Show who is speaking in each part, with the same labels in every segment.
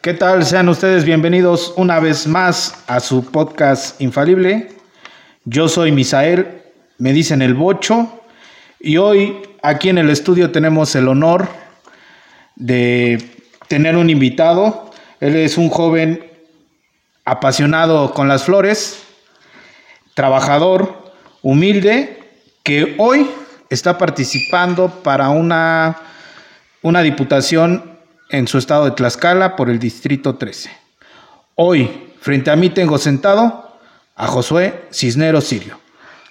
Speaker 1: ¿Qué tal? Sean ustedes bienvenidos una vez más a su podcast infalible. Yo soy Misael, me dicen el Bocho, y hoy aquí en el estudio tenemos el honor de tener un invitado. Él es un joven apasionado con las flores, trabajador, humilde, que hoy está participando para una, una diputación en su estado de Tlaxcala por el Distrito 13. Hoy, frente a mí tengo sentado a Josué Cisneros Sirio.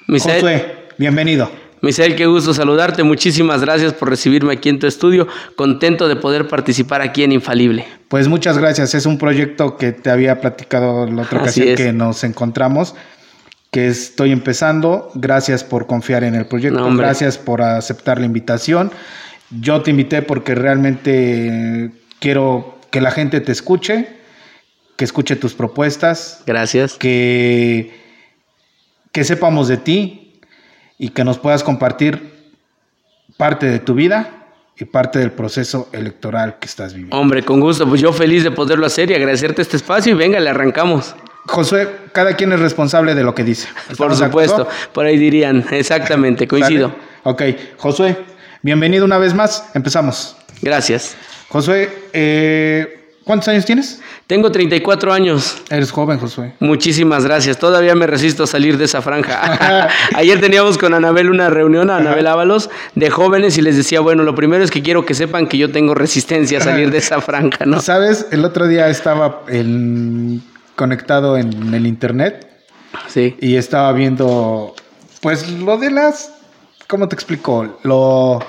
Speaker 2: Misael,
Speaker 1: Josué, bienvenido.
Speaker 2: Misael, qué gusto saludarte. Muchísimas gracias por recibirme aquí en tu estudio. Contento de poder participar aquí en Infalible.
Speaker 1: Pues muchas gracias. Es un proyecto que te había platicado la otra
Speaker 2: Así
Speaker 1: ocasión
Speaker 2: es.
Speaker 1: que nos encontramos, que estoy empezando. Gracias por confiar en el proyecto.
Speaker 2: No, hombre.
Speaker 1: gracias por aceptar la invitación. Yo te invité porque realmente eh, quiero que la gente te escuche, que escuche tus propuestas,
Speaker 2: Gracias.
Speaker 1: que, que sepamos de ti y que nos puedas compartir parte de tu vida y parte del proceso electoral que estás viviendo.
Speaker 2: Hombre, con gusto. Pues yo feliz de poderlo hacer y agradecerte este espacio. Y venga, le arrancamos.
Speaker 1: Josué, cada quien es responsable de lo que dice.
Speaker 2: Por
Speaker 1: ¿Estamos de
Speaker 2: supuesto.
Speaker 1: acuerdo?
Speaker 2: Por ahí dirían. Exactamente. Coincido.
Speaker 1: ¿Sale? Ok, Josué, bienvenido una vez más. Empezamos.
Speaker 2: Gracias.
Speaker 1: Josué, eh, ¿cuántos años tienes?
Speaker 2: Tengo 34 años.
Speaker 1: Eres joven, Josué.
Speaker 2: Muchísimas gracias. Todavía me resisto a salir de esa franja. Ayer teníamos con Anabel una reunión, Anabel Ábalos, de jóvenes y les decía, bueno, lo primero es que quiero que sepan que yo tengo resistencia a salir de esa franja, ¿no?
Speaker 1: ¿Sabes? El otro día estaba en- conectado en el internet
Speaker 2: Sí.
Speaker 1: y estaba viendo, pues, lo de las... ¿Cómo te explico? Lo...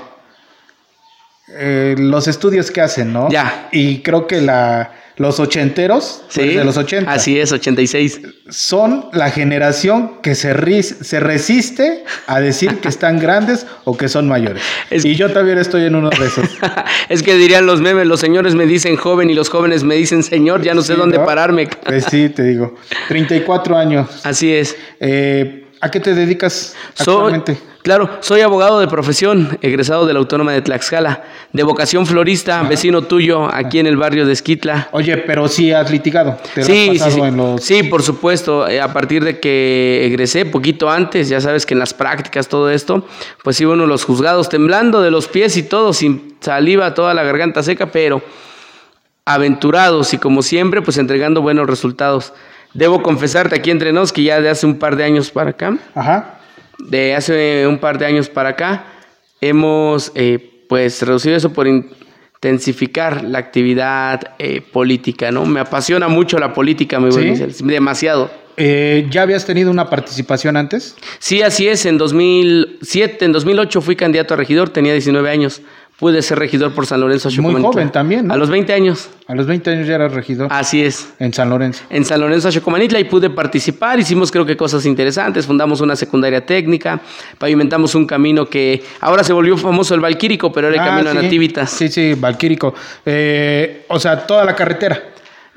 Speaker 1: eh, los estudios que hacen, ¿no?
Speaker 2: Ya.
Speaker 1: Y creo que la, los ochenteros, tú
Speaker 2: Sí.
Speaker 1: eres de los ochenta.
Speaker 2: Así es, 86.
Speaker 1: son la generación que se, ris- se resiste a decir que están grandes o que son mayores.
Speaker 2: Es-
Speaker 1: Y yo también estoy en uno de esos.
Speaker 2: es que dirían los memes, los señores me dicen joven y los jóvenes me dicen señor, ya no sé
Speaker 1: Sí,
Speaker 2: dónde
Speaker 1: ¿no?
Speaker 2: pararme.
Speaker 1: Pues sí, te digo. 34 años.
Speaker 2: Así es.
Speaker 1: Eh, ¿A qué te dedicas
Speaker 2: Soy,
Speaker 1: actualmente?
Speaker 2: claro, soy abogado de profesión, egresado de la Autónoma de Tlaxcala, de vocación florista, vecino tuyo, aquí en el barrio de Esquitla.
Speaker 1: Oye, pero sí has litigado. Te lo has pasado en los...
Speaker 2: Sí, por supuesto. eh, A partir de que egresé, poquito antes, ya sabes que en las prácticas, todo esto, pues iba uno a los juzgados temblando de los pies y todo, sin saliva, toda la garganta seca, pero aventurados y como siempre, pues entregando buenos resultados. Debo confesarte aquí entre nos que ya de hace un par de años para acá,
Speaker 1: Ajá.
Speaker 2: de hace un par de años para acá, hemos eh, pues reducido eso por intensificar la actividad eh, política, ¿no? Me apasiona mucho la política, muy
Speaker 1: ¿Sí?
Speaker 2: bueno, demasiado.
Speaker 1: Eh, ¿Ya habías tenido una participación antes?
Speaker 2: Sí, así es, en 2007, en 2008 fui candidato a regidor, tenía 19 años, pude ser regidor por San Lorenzo.
Speaker 1: Muy
Speaker 2: Xochicomanitlán.
Speaker 1: joven también, ¿no?
Speaker 2: A los 20 años,
Speaker 1: A los 20 años ya eras regidor
Speaker 2: así es.
Speaker 1: en San Lorenzo.
Speaker 2: en San Lorenzo Xocomanitla y pude participar, hicimos creo que cosas interesantes, fundamos una secundaria técnica, pavimentamos un camino que ahora se volvió famoso el Valquírico, pero era el
Speaker 1: Ah,
Speaker 2: camino
Speaker 1: sí.
Speaker 2: a Nativitas,
Speaker 1: Sí, sí, Valquírico. Eh, o sea, toda la carretera.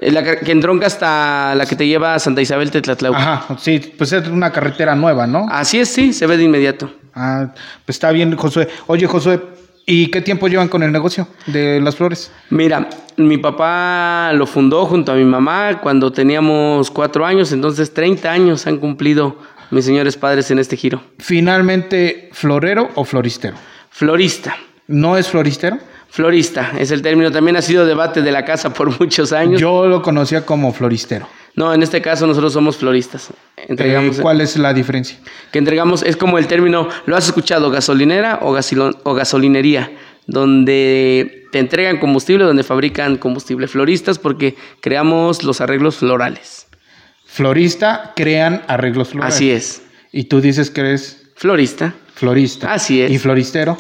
Speaker 2: Eh, la que que entronca hasta la que te lleva a Santa Isabel Tetlatlauca.
Speaker 1: Ajá, sí, pues es una carretera nueva, ¿no?
Speaker 2: Así es, sí, se ve de inmediato.
Speaker 1: Ah, pues está bien, Josué. Oye, Josué, ¿y qué tiempo llevan con el negocio de las flores?
Speaker 2: Mira, mi papá lo fundó junto a mi mamá cuando teníamos cuatro años, entonces 30 años han cumplido mis señores padres en este giro.
Speaker 1: Finalmente, ¿florero o floristero?
Speaker 2: Florista.
Speaker 1: ¿No es floristero?
Speaker 2: Florista es el término, también ha sido debate de la casa por muchos años.
Speaker 1: Yo lo conocía como floristero.
Speaker 2: No, en este caso nosotros somos floristas. Entregamos,
Speaker 1: Eh, ¿Cuál es la diferencia?
Speaker 2: que entregamos es como el término, lo has escuchado, gasolinera o, gasilo- o gasolinería, donde te entregan combustible, donde fabrican combustible. Floristas porque creamos los arreglos florales.
Speaker 1: Florista crean arreglos florales.
Speaker 2: Así es.
Speaker 1: Y tú dices que eres
Speaker 2: Florista.
Speaker 1: florista.
Speaker 2: Así es.
Speaker 1: ¿Y floristero?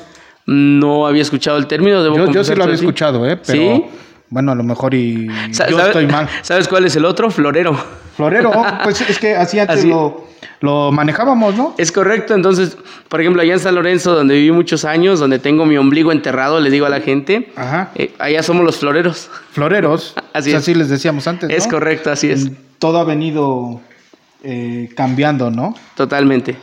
Speaker 2: No había escuchado el término, debo
Speaker 1: Yo, yo sí
Speaker 2: confesarte
Speaker 1: lo había
Speaker 2: así.
Speaker 1: escuchado, ¿eh? Pero,
Speaker 2: ¿Sí?
Speaker 1: bueno, a lo mejor y
Speaker 2: Sa-
Speaker 1: yo
Speaker 2: sabe-
Speaker 1: estoy mal.
Speaker 2: ¿Sabes cuál es el otro? Florero.
Speaker 1: Florero, pues es que así antes
Speaker 2: Así-
Speaker 1: lo, lo manejábamos, ¿no?
Speaker 2: Es correcto, entonces, por ejemplo, allá en San Lorenzo, donde viví muchos años, donde tengo mi ombligo enterrado, le digo a la gente,
Speaker 1: Ajá.
Speaker 2: eh, allá somos los floreros.
Speaker 1: Floreros.
Speaker 2: Así
Speaker 1: o sea,
Speaker 2: es.
Speaker 1: así les decíamos antes. ¿no?
Speaker 2: Es correcto, así es.
Speaker 1: Todo ha venido eh, cambiando, ¿no?
Speaker 2: Totalmente.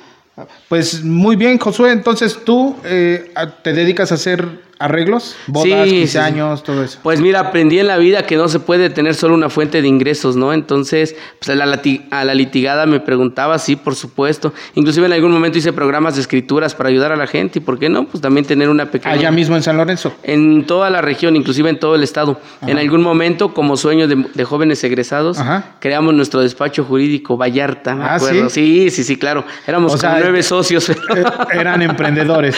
Speaker 1: Pues muy bien, Josué. Entonces tú eh, a- te dedicas a hacer arreglos? Bodas,
Speaker 2: Sí, sí, sí.
Speaker 1: 15 años, todo eso.
Speaker 2: Pues mira, aprendí en la vida que no se puede tener solo una fuente de ingresos, ¿no? Entonces, pues a la, lati- a la litigada me preguntaba, sí, por supuesto. Inclusive en algún momento hice programas de escrituras para ayudar a la gente y, ¿por qué no? Pues también tener una pequeña...
Speaker 1: Allá mismo en San Lorenzo.
Speaker 2: En toda la región, inclusive en todo el estado. En algún momento, como sueño de, de jóvenes egresados,
Speaker 1: Ajá.
Speaker 2: creamos nuestro despacho jurídico, Vallarta, me
Speaker 1: Ah,
Speaker 2: acuerdo. ¿sí? sí, sí, claro. Éramos
Speaker 1: O
Speaker 2: como
Speaker 1: sea,
Speaker 2: nueve
Speaker 1: eh,
Speaker 2: socios.
Speaker 1: Eh, Eran emprendedores.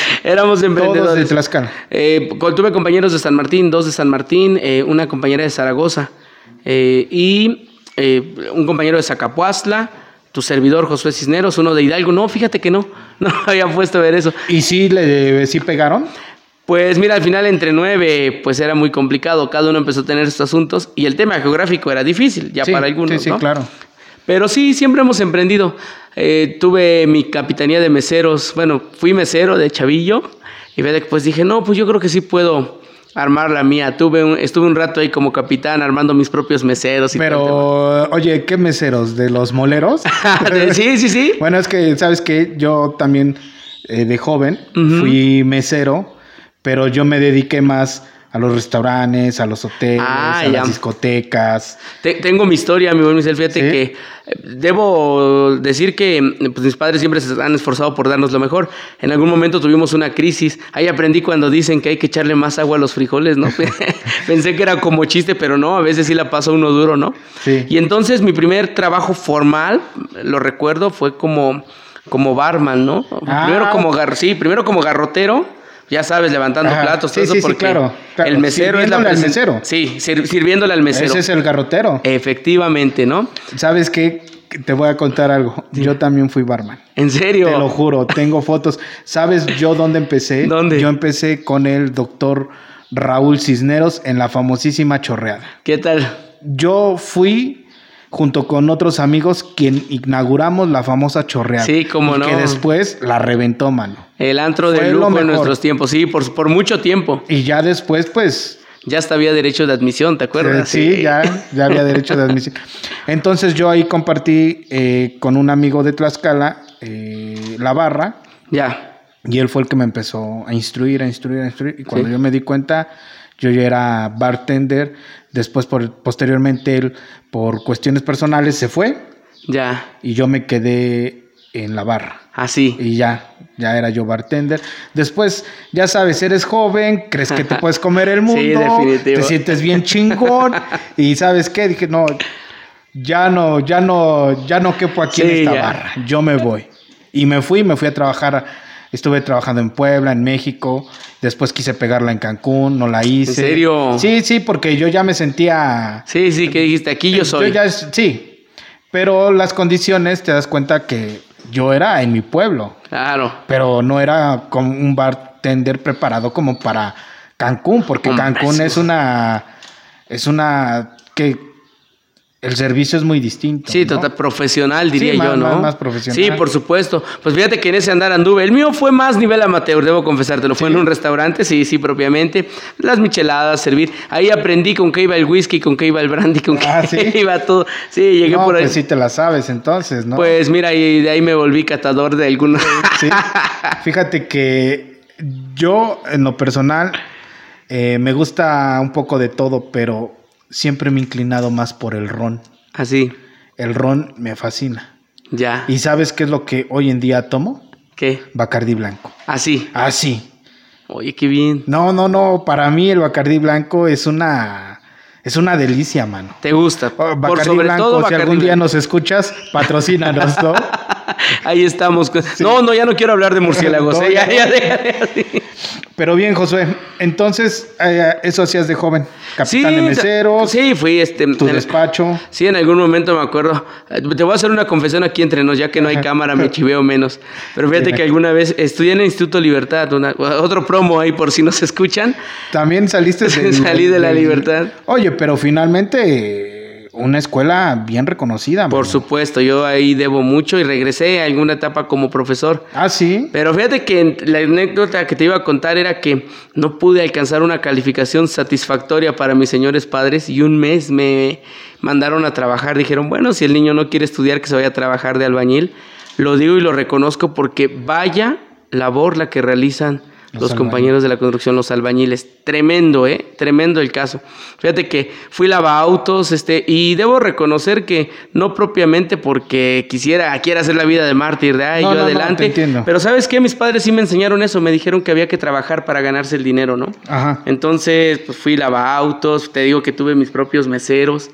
Speaker 1: Todos
Speaker 2: Éramos
Speaker 1: de
Speaker 2: emprendedores.
Speaker 1: Tlaxcala.
Speaker 2: Eh, con- tuve compañeros de San Martín, dos de San Martín, eh, una compañera de Zaragoza eh, y eh, un compañero de Zacapuazla, tu servidor Josué Cisneros, uno de Hidalgo. No, fíjate que no, no había puesto a ver eso.
Speaker 1: ¿Y sí, le, sí pegaron?
Speaker 2: Pues mira, al final entre nueve, pues era muy complicado. Cada uno empezó a tener sus asuntos y el tema geográfico era difícil, ya
Speaker 1: Sí,
Speaker 2: para algunos.
Speaker 1: Sí, sí,
Speaker 2: ¿no?
Speaker 1: claro.
Speaker 2: Pero sí, siempre hemos emprendido. Eh, tuve mi capitanía de meseros. Bueno, fui mesero de Chavillo. Y ve de que, pues dije, no, pues yo creo que sí puedo armar la mía. Tuve un- estuve un rato ahí como capitán armando mis propios meseros. Y todo
Speaker 1: Pero, oye, ¿qué meseros? ¿De los moleros?
Speaker 2: el tema. sí, sí, sí.
Speaker 1: Bueno, es que, ¿sabes qué? Yo también eh, de joven
Speaker 2: Ujú.
Speaker 1: fui mesero, pero yo me dediqué más a los restaurantes, a los hoteles,
Speaker 2: Ah,
Speaker 1: a
Speaker 2: ya.
Speaker 1: las discotecas.
Speaker 2: Te- tengo mi historia, mi buen Michel. Fíjate
Speaker 1: ¿Sí?
Speaker 2: que eh, debo decir que eh, pues, mis padres siempre se han esforzado por darnos lo mejor. En algún momento tuvimos una crisis. Ahí aprendí cuando dicen que hay que echarle más agua a los frijoles, ¿no? Pensé que era como chiste, pero no, a veces sí la pasa uno duro, ¿no?
Speaker 1: Sí.
Speaker 2: Y entonces mi primer trabajo formal, lo recuerdo, fue como, como barman, ¿no?
Speaker 1: Ah.
Speaker 2: Primero como gar sí, primero como garrotero. Ya sabes, levantando
Speaker 1: Ajá.
Speaker 2: platos, todo
Speaker 1: Sí,
Speaker 2: eso,
Speaker 1: sí, sí,
Speaker 2: porque
Speaker 1: claro, claro.
Speaker 2: el mesero es la
Speaker 1: Sirviéndole al
Speaker 2: presen-
Speaker 1: mesero.
Speaker 2: Sí, sir- sirviéndole al mesero. Eh.
Speaker 1: Ese es el garrotero.
Speaker 2: Efectivamente, ¿no?
Speaker 1: ¿Sabes qué? Te voy a contar algo. Yo también fui barman.
Speaker 2: En serio.
Speaker 1: Te lo juro, tengo fotos. ¿Sabes yo dónde empecé?
Speaker 2: ¿Dónde?
Speaker 1: Yo empecé con el doctor Raúl Cisneros en la famosísima chorreada.
Speaker 2: ¿Qué tal?
Speaker 1: Yo fui junto con otros amigos quien inauguramos la famosa chorreada.
Speaker 2: Sí, cómo
Speaker 1: Y
Speaker 2: no.
Speaker 1: Que después la reventó, mano.
Speaker 2: El antro
Speaker 1: Fue
Speaker 2: de
Speaker 1: lo
Speaker 2: lujo en
Speaker 1: mejor.
Speaker 2: nuestros tiempos, sí, por, por mucho tiempo.
Speaker 1: Y ya después, pues,
Speaker 2: Ya hasta había derecho de admisión, ¿te
Speaker 1: eh,
Speaker 2: acuerdas?
Speaker 1: sí, ya, ya había derecho de admisión. Entonces yo ahí compartí eh, con un amigo de Tlaxcala eh, la barra
Speaker 2: Ya.
Speaker 1: y él fue el que me empezó a instruir, a instruir, a instruir. Y cuando
Speaker 2: Sí.
Speaker 1: yo me di cuenta, yo ya era bartender. Después, por, posteriormente, él, por cuestiones personales, se fue
Speaker 2: Ya.
Speaker 1: y yo me quedé en la barra.
Speaker 2: Así.
Speaker 1: Y ya, ya era yo bartender. Después, ya sabes, eres joven, crees que te puedes comer el
Speaker 2: Sí,
Speaker 1: mundo,
Speaker 2: definitivo.
Speaker 1: te sientes bien chingón y ¿sabes qué? Dije, "No, ya no, ya no, ya no quepo aquí en
Speaker 2: Sí,
Speaker 1: esta
Speaker 2: ya.
Speaker 1: barra. Yo me voy." Y me fui, me fui a trabajar. Estuve trabajando en Puebla, en México. Después quise pegarla en Cancún, no la hice.
Speaker 2: serio?
Speaker 1: Sí, sí, porque yo ya me sentía
Speaker 2: Sí, sí, que dijiste, aquí yo soy.
Speaker 1: ya es- sí, pero las condiciones te das cuenta que yo era en mi pueblo,
Speaker 2: Claro.
Speaker 1: pero no era como un bartender preparado como para Cancún, porque
Speaker 2: Hombre,
Speaker 1: Cancún
Speaker 2: sí.
Speaker 1: es una es una que el servicio es muy distinto.
Speaker 2: Sí,
Speaker 1: ¿no?
Speaker 2: total, profesional diría
Speaker 1: Sí, más-
Speaker 2: yo, ¿no?
Speaker 1: más- más profesional.
Speaker 2: Sí, por supuesto. Pues fíjate que en ese andar anduve. El mío fue más nivel amateur, debo confesártelo. Fue en un restaurante, sí, sí, propiamente. Las micheladas, servir. Ahí aprendí con qué iba el whisky, con qué iba el brandy, con qué
Speaker 1: Ah, ¿sí?
Speaker 2: iba todo. Sí, llegué
Speaker 1: No,
Speaker 2: por ahí.
Speaker 1: pues sí te la sabes entonces, ¿no?
Speaker 2: Pues mira, y de ahí me volví catador de algunos.
Speaker 1: Sí. Fíjate que yo, en lo personal, eh, me gusta un poco de todo, pero siempre me he inclinado más por el ron.
Speaker 2: Así,
Speaker 1: El ron me fascina.
Speaker 2: ya.
Speaker 1: ¿Y sabes qué es lo que hoy en día tomo?
Speaker 2: ¿Qué?
Speaker 1: Bacardí blanco.
Speaker 2: Así.
Speaker 1: Ah, sí.
Speaker 2: Oye, qué bien.
Speaker 1: No, no, no. Para mí el Bacardí blanco es una es una delicia, mano.
Speaker 2: Te gusta.
Speaker 1: Oh,
Speaker 2: por
Speaker 1: Bacardí
Speaker 2: sobre
Speaker 1: blanco,
Speaker 2: todo,
Speaker 1: si
Speaker 2: Bacardí
Speaker 1: algún día
Speaker 2: blanco.
Speaker 1: nos escuchas, patrocínanos, ¿no?
Speaker 2: Ahí estamos. con- No, no, ya no quiero hablar de murciélagos.
Speaker 1: No,
Speaker 2: eh, ya,
Speaker 1: ya.
Speaker 2: ya, déjale así.
Speaker 1: Pero bien, Josué. Entonces, eh, eso hacías de joven.
Speaker 2: Sí,
Speaker 1: Capitán de meseros,
Speaker 2: Sí, fui este.
Speaker 1: tu
Speaker 2: en-
Speaker 1: despacho.
Speaker 2: Sí, en algún momento me acuerdo. Eh, Te voy a hacer una confesión aquí entre nos, ya que no hay cámara, me chiveo menos. Pero fíjate
Speaker 1: Dime.
Speaker 2: que alguna vez estudié en el Instituto Libertad, una- otro promo ahí por si nos escuchan.
Speaker 1: También saliste del-
Speaker 2: Salí de la
Speaker 1: del-
Speaker 2: libertad.
Speaker 1: Oye, pero finalmente eh, una escuela bien reconocida.
Speaker 2: Por
Speaker 1: mano.
Speaker 2: supuesto, yo ahí debo mucho y regresé a alguna etapa como profesor.
Speaker 1: Ah, sí.
Speaker 2: Pero fíjate que la anécdota que te iba a contar era que no pude alcanzar una calificación satisfactoria para mis señores padres y un mes me mandaron a trabajar. Dijeron, bueno, si el niño no quiere estudiar, que se vaya a trabajar de albañil. Lo digo y lo reconozco porque vaya labor la que realizan los, los compañeros de la construcción, los albañiles. Tremendo, ¿eh? Tremendo el caso. Fíjate que fui lavaautos, este, y debo reconocer que no propiamente porque quisiera, quiera hacer la vida de mártir, de ay,
Speaker 1: No,
Speaker 2: yo
Speaker 1: no, no, te
Speaker 2: adelante.
Speaker 1: entiendo.
Speaker 2: pero ¿sabes qué? Mis padres sí me enseñaron eso, me dijeron que había que trabajar para ganarse el dinero, ¿no?
Speaker 1: Ajá.
Speaker 2: Entonces, pues fui lavaautos, te digo que tuve mis propios meseros.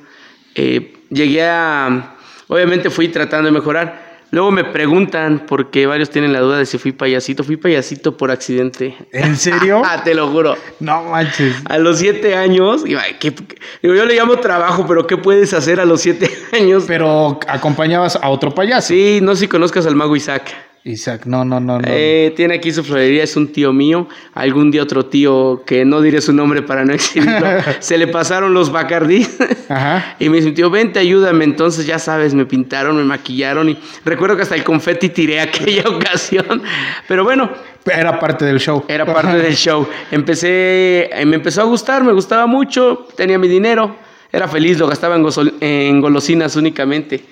Speaker 2: eh, llegué a. Obviamente fui tratando de mejorar. Luego me preguntan, porque varios tienen la duda de si fui payasito. Fui payasito por accidente.
Speaker 1: ¿En serio?
Speaker 2: Ah, te lo juro.
Speaker 1: no manches.
Speaker 2: A los siete años, iba, ¿qué- qué? Digo, yo le llamo trabajo, pero ¿qué puedes hacer a los siete años?
Speaker 1: Pero acompañabas a otro payaso.
Speaker 2: Sí, no sé si conozcas al mago Isaac.
Speaker 1: Isaac, no, no, no, no.
Speaker 2: Eh, tiene aquí su florería, es un tío mío. Algún día otro tío, que no diré su nombre para no exhibirlo, se le pasaron los Bacardí.
Speaker 1: Ajá.
Speaker 2: y me dice, tío, vente, ayúdame. Entonces, ya sabes, me pintaron, me maquillaron. Y recuerdo que hasta el confeti tiré aquella ocasión. Pero bueno,
Speaker 1: Era parte del show.
Speaker 2: era parte del show. Empecé, eh, me empezó a gustar, me gustaba mucho, tenía mi dinero, era feliz, lo gastaba en, gosol- en golosinas únicamente.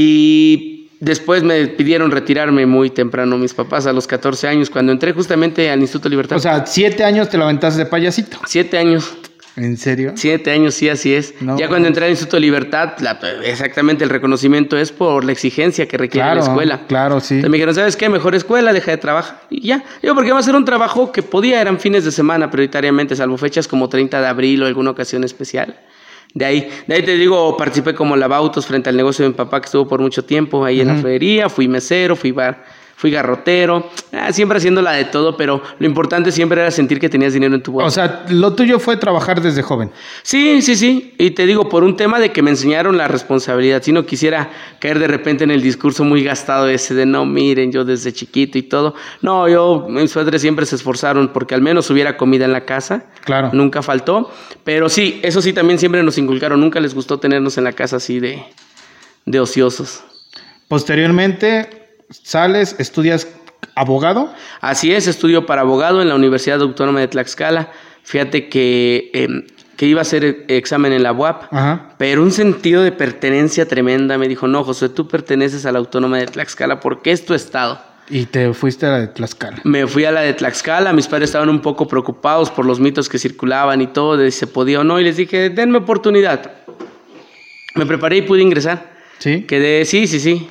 Speaker 2: Y después me pidieron retirarme muy temprano mis papás a los 14 años, cuando entré justamente al Instituto Libertad.
Speaker 1: O sea, siete años te lo aventaste de payasito.
Speaker 2: Siete años,
Speaker 1: ¿En serio?
Speaker 2: siete años, sí, así es.
Speaker 1: No.
Speaker 2: Ya cuando entré al Instituto Libertad, la- exactamente el reconocimiento es por la exigencia que requiere
Speaker 1: Claro,
Speaker 2: la escuela.
Speaker 1: claro, sí.
Speaker 2: Entonces me dijeron, ¿sabes qué? Mejor escuela, deja de trabajar. Y ya. Yo, porque va a ser un trabajo que podía, eran fines de semana prioritariamente, salvo fechas como 30 de abril o alguna ocasión especial. De ahí, de ahí te digo, participé como lavautos frente al negocio de mi papá que estuvo por mucho tiempo ahí en la florería, fui mesero, fui bar, fui garrotero, ah, siempre haciendo la de todo, pero lo importante siempre era sentir que tenías dinero en tu bolsa.
Speaker 1: O sea, lo tuyo fue trabajar desde joven.
Speaker 2: Sí, sí, sí. Y te digo, por un tema de que me enseñaron la responsabilidad. Si no quisiera caer de repente en el discurso muy gastado ese de no, miren, yo desde chiquito y todo. No, yo, mis padres siempre se esforzaron porque al menos hubiera comida en la casa.
Speaker 1: Claro.
Speaker 2: Nunca faltó. Pero sí, eso sí también siempre nos inculcaron. Nunca les gustó tenernos en la casa así de, de ociosos.
Speaker 1: Posteriormente, sales, estudias abogado.
Speaker 2: Así es, estudio para abogado en la Universidad Autónoma de Tlaxcala. Fíjate que, em, que iba a hacer eh, examen en la UAP.
Speaker 1: Ajá.
Speaker 2: Pero un sentido de pertenencia tremenda me dijo, no, José, tú perteneces a la Autónoma de Tlaxcala porque es tu estado.
Speaker 1: Y te fuiste a la de Tlaxcala.
Speaker 2: Me fui a la de Tlaxcala, mis padres estaban un poco preocupados por los mitos que circulaban y todo, de si se podía o no, y les dije, denme oportunidad. Me preparé y pude ingresar.
Speaker 1: ¿Sí?
Speaker 2: Quedé, sí, sí, sí.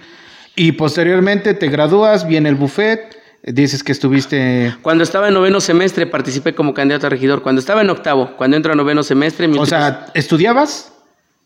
Speaker 1: Y posteriormente te gradúas, viene el buffet, dices que estuviste...
Speaker 2: Cuando estaba en noveno semestre participé como candidato a regidor. Cuando estaba en octavo, cuando entro a noveno semestre, mi
Speaker 1: O sea, estudiabas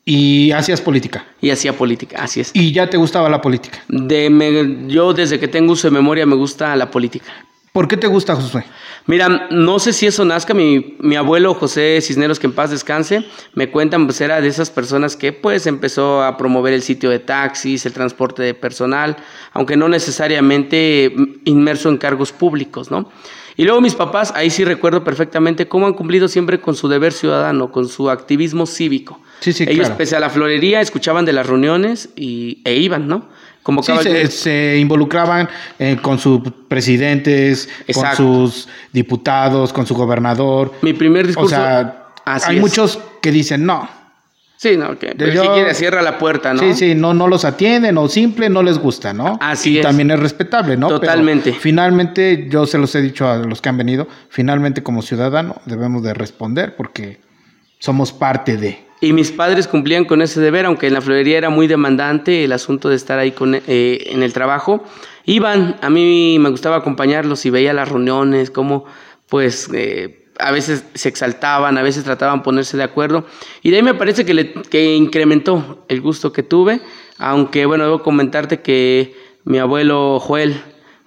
Speaker 1: y hacías política.
Speaker 2: y hacía política, así es.
Speaker 1: Y ya te gustaba la política.
Speaker 2: De me- yo desde que tengo uso de memoria me gusta la política.
Speaker 1: ¿Por qué te gusta, Josué?
Speaker 2: Mira, no sé si eso nazca, mi, mi abuelo José Cisneros, que en paz descanse, me cuentan, pues era de esas personas que pues empezó a promover el sitio de taxis, el transporte de personal, aunque no necesariamente mm, inmerso en cargos públicos, ¿no? Y luego mis papás, ahí sí recuerdo perfectamente cómo han cumplido siempre con su deber ciudadano, con su activismo cívico.
Speaker 1: Sí, sí,
Speaker 2: Ellos,
Speaker 1: claro.
Speaker 2: pese a la florería, escuchaban de las reuniones y, e iban, ¿no?
Speaker 1: Sí,
Speaker 2: Convocaban-
Speaker 1: se, se involucraban eh, con sus presidentes,
Speaker 2: Exacto.
Speaker 1: con sus diputados, con su gobernador.
Speaker 2: mi primer
Speaker 1: O
Speaker 2: discurso.
Speaker 1: sea,
Speaker 2: Así
Speaker 1: hay
Speaker 2: es.
Speaker 1: muchos que dicen no.
Speaker 2: Sí, no, que pero
Speaker 1: Yo-
Speaker 2: si quiere cierra la puerta, ¿no?
Speaker 1: Sí, sí, no, no los atienden o simple no les gusta, ¿no?
Speaker 2: Así
Speaker 1: y
Speaker 2: es.
Speaker 1: también es respetable, ¿no? Pero
Speaker 2: Totalmente.
Speaker 1: finalmente, yo se los he dicho a los que han venido, finalmente como ciudadano debemos de responder porque somos parte de...
Speaker 2: Y mis padres cumplían con ese deber, aunque en la florería era muy demandante el asunto de estar ahí con, eh, en el trabajo. Iban, a mí me gustaba acompañarlos y veía las reuniones, cómo pues eh, a veces se exaltaban, a veces trataban de ponerse de acuerdo. Y de ahí me parece que, le, que incrementó el gusto que tuve, aunque bueno, debo comentarte que mi abuelo Joel,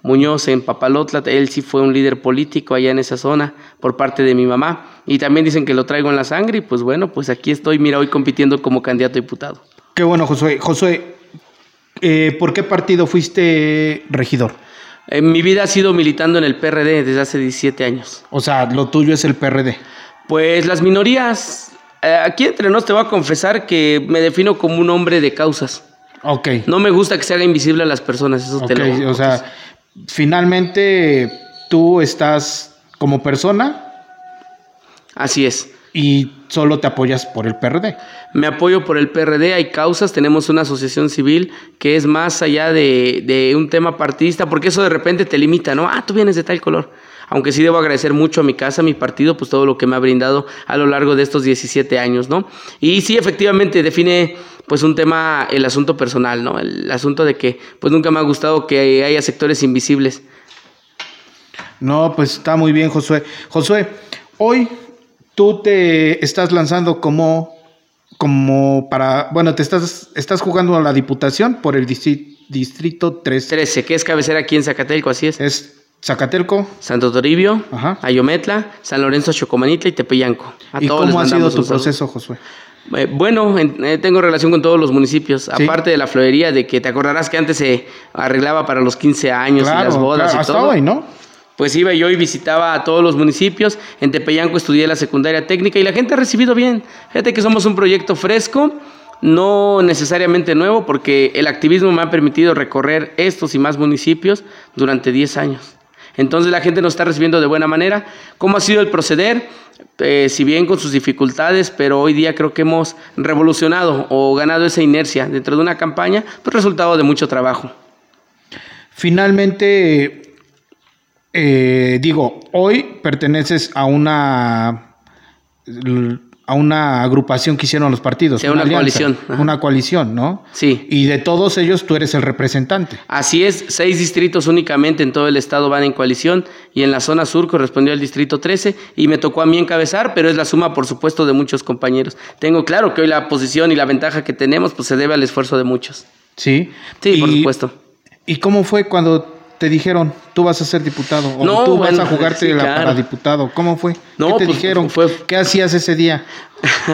Speaker 2: Muñoz en Papalotla, él sí fue un líder político allá en esa zona por parte de mi mamá. Y también dicen que lo traigo en la sangre y pues bueno, pues aquí estoy, mira, hoy compitiendo como candidato a diputado.
Speaker 1: Qué bueno, Josué. Josué, eh, ¿por qué partido fuiste regidor?
Speaker 2: Eh, mi vida ha sido militando en el PRD desde hace 17 años.
Speaker 1: O sea, lo tuyo es el PRD.
Speaker 2: Pues las minorías, eh, aquí entre nos te voy a confesar que me defino como un hombre de causas.
Speaker 1: Ok.
Speaker 2: No me gusta que se haga invisible a las personas, eso te
Speaker 1: ok,
Speaker 2: lo
Speaker 1: o sea,
Speaker 2: pues.
Speaker 1: finalmente tú estás como persona
Speaker 2: Así es.
Speaker 1: y solo te apoyas por el PRD.
Speaker 2: Me apoyo por el PRD, hay causas, tenemos una asociación civil que es más allá de, de un tema partidista, porque eso de repente te limita, ¿no? Ah, tú vienes de tal color. aunque sí debo agradecer mucho a mi casa, a mi partido, pues todo lo que me ha brindado a lo largo de estos 17 años, ¿no? Y sí, efectivamente, define pues un tema, el asunto personal, ¿no? El asunto de que pues nunca me ha gustado que haya sectores invisibles.
Speaker 1: No, pues está muy bien, Josué. Josué, hoy tú te estás lanzando como, como para, bueno, te estás, estás jugando a la diputación por el distrito, distrito 13.
Speaker 2: 13, que es cabecera aquí en Zacatelco, así es.
Speaker 1: Es Zacatelco.
Speaker 2: Santo Toribio,
Speaker 1: Ajá.
Speaker 2: Ayometla, San Lorenzo Chocomanitla y Tepeyanco. A
Speaker 1: ¿Y
Speaker 2: todos
Speaker 1: cómo ha
Speaker 2: les
Speaker 1: sido
Speaker 2: mandamos
Speaker 1: tu
Speaker 2: un saludo.
Speaker 1: proceso, Josué?
Speaker 2: Eh, bueno, en- eh, tengo relación con todos los municipios,
Speaker 1: Sí.
Speaker 2: aparte de la florería, de que te acordarás que antes se arreglaba para los 15 años y las bodas
Speaker 1: claro,
Speaker 2: y
Speaker 1: hasta
Speaker 2: todo.
Speaker 1: hoy, ¿no?
Speaker 2: Pues iba yo y visitaba a todos los municipios. En Tepeyanco estudié la secundaria técnica y la gente ha recibido bien. Fíjate que somos un proyecto fresco, no necesariamente nuevo, porque el activismo me ha permitido recorrer estos y más municipios durante 10 años. Entonces la gente nos está recibiendo de buena manera. ¿Cómo ha sido el proceder? Eh, si bien con sus dificultades, pero hoy día creo que hemos revolucionado o ganado esa inercia dentro de una campaña, pues resultado de mucho trabajo.
Speaker 1: Finalmente, eh, digo, hoy perteneces a una a una agrupación que hicieron los partidos.
Speaker 2: Sí, una
Speaker 1: alianza,
Speaker 2: coalición, ajá.
Speaker 1: Una coalición, ¿no?
Speaker 2: Sí.
Speaker 1: Y de todos ellos tú eres el representante.
Speaker 2: Así es, seis distritos únicamente en todo el estado van en coalición y en la zona sur correspondió al distrito 13 y me tocó a mí encabezar, pero es la suma por supuesto de muchos compañeros. Tengo claro que hoy la posición y la ventaja que tenemos pues se debe al esfuerzo de muchos.
Speaker 1: Sí.
Speaker 2: Sí, por
Speaker 1: Y-
Speaker 2: supuesto.
Speaker 1: ¿Y cómo fue cuando te dijeron tú vas a ser diputado o
Speaker 2: No,
Speaker 1: tú
Speaker 2: bueno,
Speaker 1: vas a jugarte
Speaker 2: sí,
Speaker 1: la
Speaker 2: claro.
Speaker 1: para diputado? ¿Cómo fue?
Speaker 2: No,
Speaker 1: ¿Qué te
Speaker 2: pues,
Speaker 1: dijeron?
Speaker 2: fue-
Speaker 1: ¿Qué hacías ese día?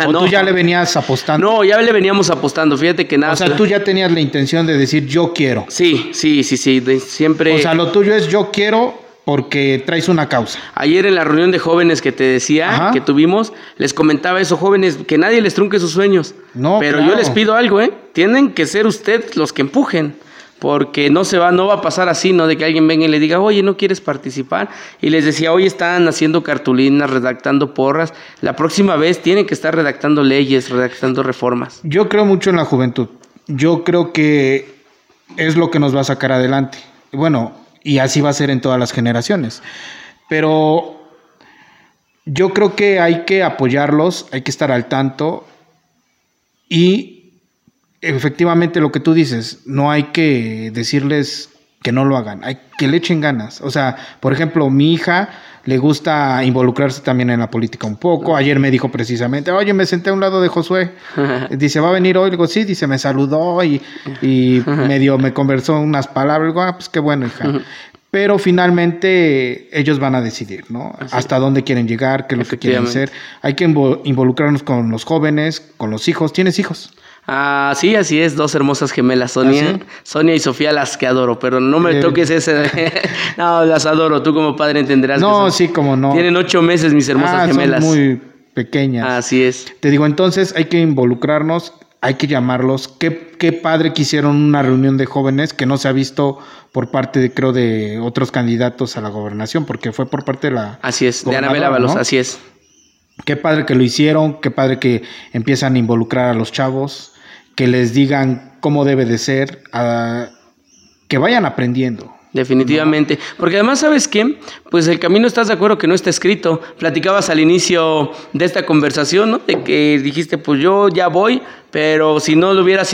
Speaker 1: ¿O
Speaker 2: No.
Speaker 1: tú ya le venías apostando?
Speaker 2: No, ya le veníamos apostando, fíjate que nada.
Speaker 1: o sea, tú ya tenías la intención de decir yo quiero.
Speaker 2: Sí, sí, sí, sí, de- siempre...
Speaker 1: O sea, lo tuyo es yo quiero porque traes una causa.
Speaker 2: Ayer en la reunión de jóvenes que te decía
Speaker 1: Ajá.
Speaker 2: que tuvimos, les comentaba a esos jóvenes que nadie les trunque sus sueños.
Speaker 1: No,
Speaker 2: Pero yo
Speaker 1: claro.
Speaker 2: les pido algo, ¿eh? Tienen que ser ustedes los que empujen. Porque no se va, no va a pasar así, ¿no? De que alguien venga y le diga, oye, no quieres participar. Y les decía, hoy están haciendo cartulinas, redactando porras. La próxima vez tienen que estar redactando leyes, redactando reformas.
Speaker 1: Yo creo mucho en la juventud. Yo creo que es lo que nos va a sacar adelante. Bueno, y así va a ser en todas las generaciones. Pero yo creo que hay que apoyarlos, hay que estar al tanto y efectivamente lo que tú dices, no hay que decirles que no lo hagan, hay que le echen ganas. O sea, por ejemplo, mi hija le gusta involucrarse también en la política un poco. Ayer me dijo precisamente, oye, me senté a un lado de Josué. Dice, ¿va a venir hoy? Le digo, sí, dice, me saludó y, y medio me conversó unas palabras. Le digo, ah, pues qué bueno, hija. Pero finalmente ellos van a decidir, ¿no? Hasta dónde quieren llegar, qué es lo que quieren
Speaker 2: Efectivamente.
Speaker 1: hacer. Hay que invo- involucrarnos con los jóvenes, con los hijos. ¿Tienes hijos?
Speaker 2: Ah, sí, así es, dos hermosas gemelas, Sonia,
Speaker 1: ¿Ah, sí?
Speaker 2: Sonia y Sofía, las que adoro, pero no me
Speaker 1: Eh.
Speaker 2: toques ese. no, las adoro, tú como padre entenderás. que
Speaker 1: No,
Speaker 2: son-
Speaker 1: sí, como no.
Speaker 2: Tienen ocho meses mis hermosas
Speaker 1: Ah, son
Speaker 2: gemelas. Ah,
Speaker 1: muy pequeñas.
Speaker 2: Así es.
Speaker 1: Te digo, entonces hay que involucrarnos, hay que llamarlos. Qué, qué padre que hicieron una reunión de jóvenes que no se ha visto por parte, de, creo, de otros candidatos a la gobernación, porque fue por parte de la...
Speaker 2: Así es, de
Speaker 1: Gobernador,
Speaker 2: Anabel Ábalos,
Speaker 1: ¿no?
Speaker 2: así es.
Speaker 1: Qué padre que lo hicieron, qué padre que empiezan a involucrar a los chavos, que les digan cómo debe de ser, a- que vayan aprendiendo.
Speaker 2: Definitivamente. Porque además, ¿sabes qué? Pues el camino estás de acuerdo que no está escrito. Platicabas al inicio de esta conversación, ¿no? De que dijiste, pues yo ya voy, pero si no lo hubieras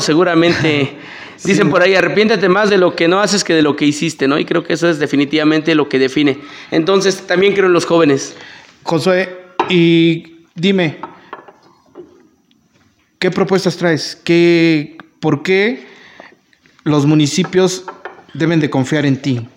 Speaker 2: seguramente. Dicen por ahí, arrepiéntete más de lo que no haces que de lo que hiciste, ¿no? Y creo que eso es definitivamente lo que define. Entonces, también creo en los jóvenes.
Speaker 1: Josué, y dime, ¿qué propuestas traes? ¿Qué, ¿Por qué los municipios deben de confiar en ti?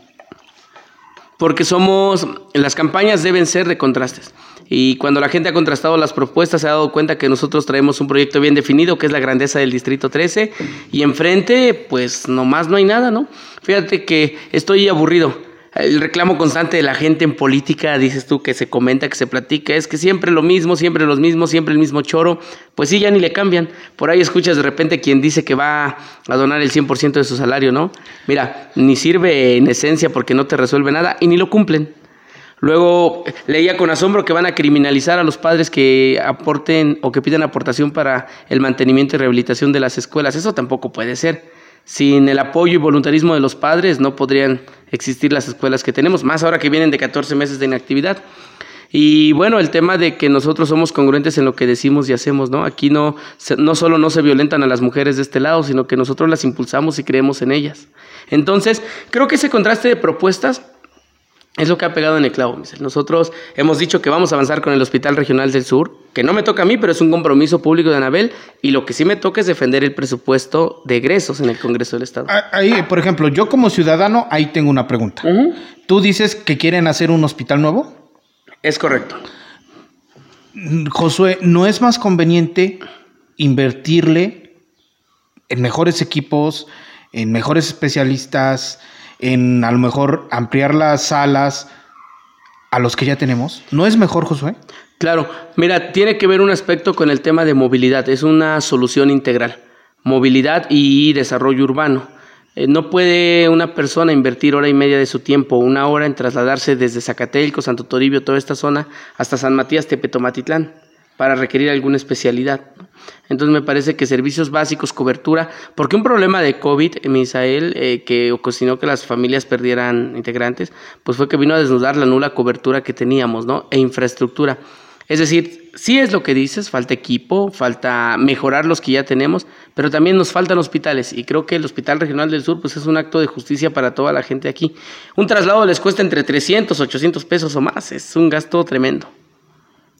Speaker 2: Porque somos, las campañas deben ser de contrastes. Y cuando la gente ha contrastado las propuestas, se ha dado cuenta que nosotros traemos un proyecto bien definido, que es la grandeza del Distrito 13. Y enfrente, pues nomás no hay nada, ¿no? Fíjate que estoy aburrido. El reclamo constante de la gente en política, dices tú, que se comenta, que se platica, es que siempre lo mismo, siempre los mismos, siempre el mismo choro. Pues sí, ya ni le cambian. Por ahí escuchas de repente quien dice que va a donar el 100% de su salario, ¿no? Mira, ni sirve en esencia porque no te resuelve nada y ni lo cumplen. Luego eh, leía con asombro que van a criminalizar a los padres que aporten o que pidan aportación para el mantenimiento y rehabilitación de las escuelas. Eso tampoco puede ser. Sin el apoyo y voluntarismo de los padres no podrían existir las escuelas que tenemos, más ahora que vienen de 14 meses de inactividad. Y bueno, el tema de que nosotros somos congruentes en lo que decimos y hacemos, ¿no? Aquí no, se- no solo no se violentan a las mujeres de este lado, sino que nosotros las impulsamos y creemos en ellas. Entonces, creo que ese contraste de propuestas es lo que ha pegado en el clavo, Misael. Nosotros hemos dicho que vamos a avanzar con el Hospital Regional del Sur, que no me toca a mí, pero es un compromiso público de Anabel, y lo que sí me toca es defender el presupuesto de egresos en el Congreso del Estado.
Speaker 1: Ah, Ahí, por ejemplo, yo como ciudadano, ahí tengo una pregunta.
Speaker 2: Ujú.
Speaker 1: ¿Tú dices que quieren hacer un hospital nuevo?
Speaker 2: Es correcto.
Speaker 1: Mm, Josué, ¿no es más conveniente invertirle en mejores equipos, en mejores especialistas, en a lo mejor ampliar las salas a los que ya tenemos? ¿No es mejor, Josué?
Speaker 2: Claro, mira, tiene que ver un aspecto con el tema de movilidad, es una solución integral. Movilidad y desarrollo urbano. Eh, no puede una persona invertir hora y media de su tiempo, una hora en trasladarse desde Zacatelco, Santo Toribio, toda esta zona, hasta San Matías, Tepetomatitlan, para requerir alguna especialidad. ¿no? Entonces me parece que servicios básicos, cobertura, porque un problema de COVID, en Misael, eh, que ocasionó que las familias perdieran integrantes, pues fue que vino a desnudar la nula cobertura que teníamos, ¿no? E infraestructura. Es decir, sí es lo que dices, falta equipo, falta mejorar los que ya tenemos, pero también nos faltan hospitales y creo que el Hospital Regional del Sur pues es un acto de justicia para toda la gente aquí. Un traslado les cuesta entre 300, 800 pesos o más, es un gasto tremendo.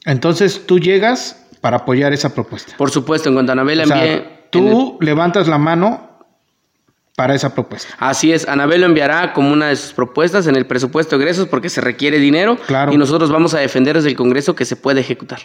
Speaker 1: Entonces tú llegas para apoyar esa propuesta.
Speaker 2: Por supuesto, en cuanto a Anabel
Speaker 1: O
Speaker 2: envié...
Speaker 1: sea,
Speaker 2: en el-
Speaker 1: tú levantas la mano para esa propuesta.
Speaker 2: Así es, Anabel lo enviará como una de sus propuestas en el presupuesto de egresos porque se requiere dinero
Speaker 1: Claro.
Speaker 2: y nosotros vamos a defender desde el Congreso que se puede ejecutar.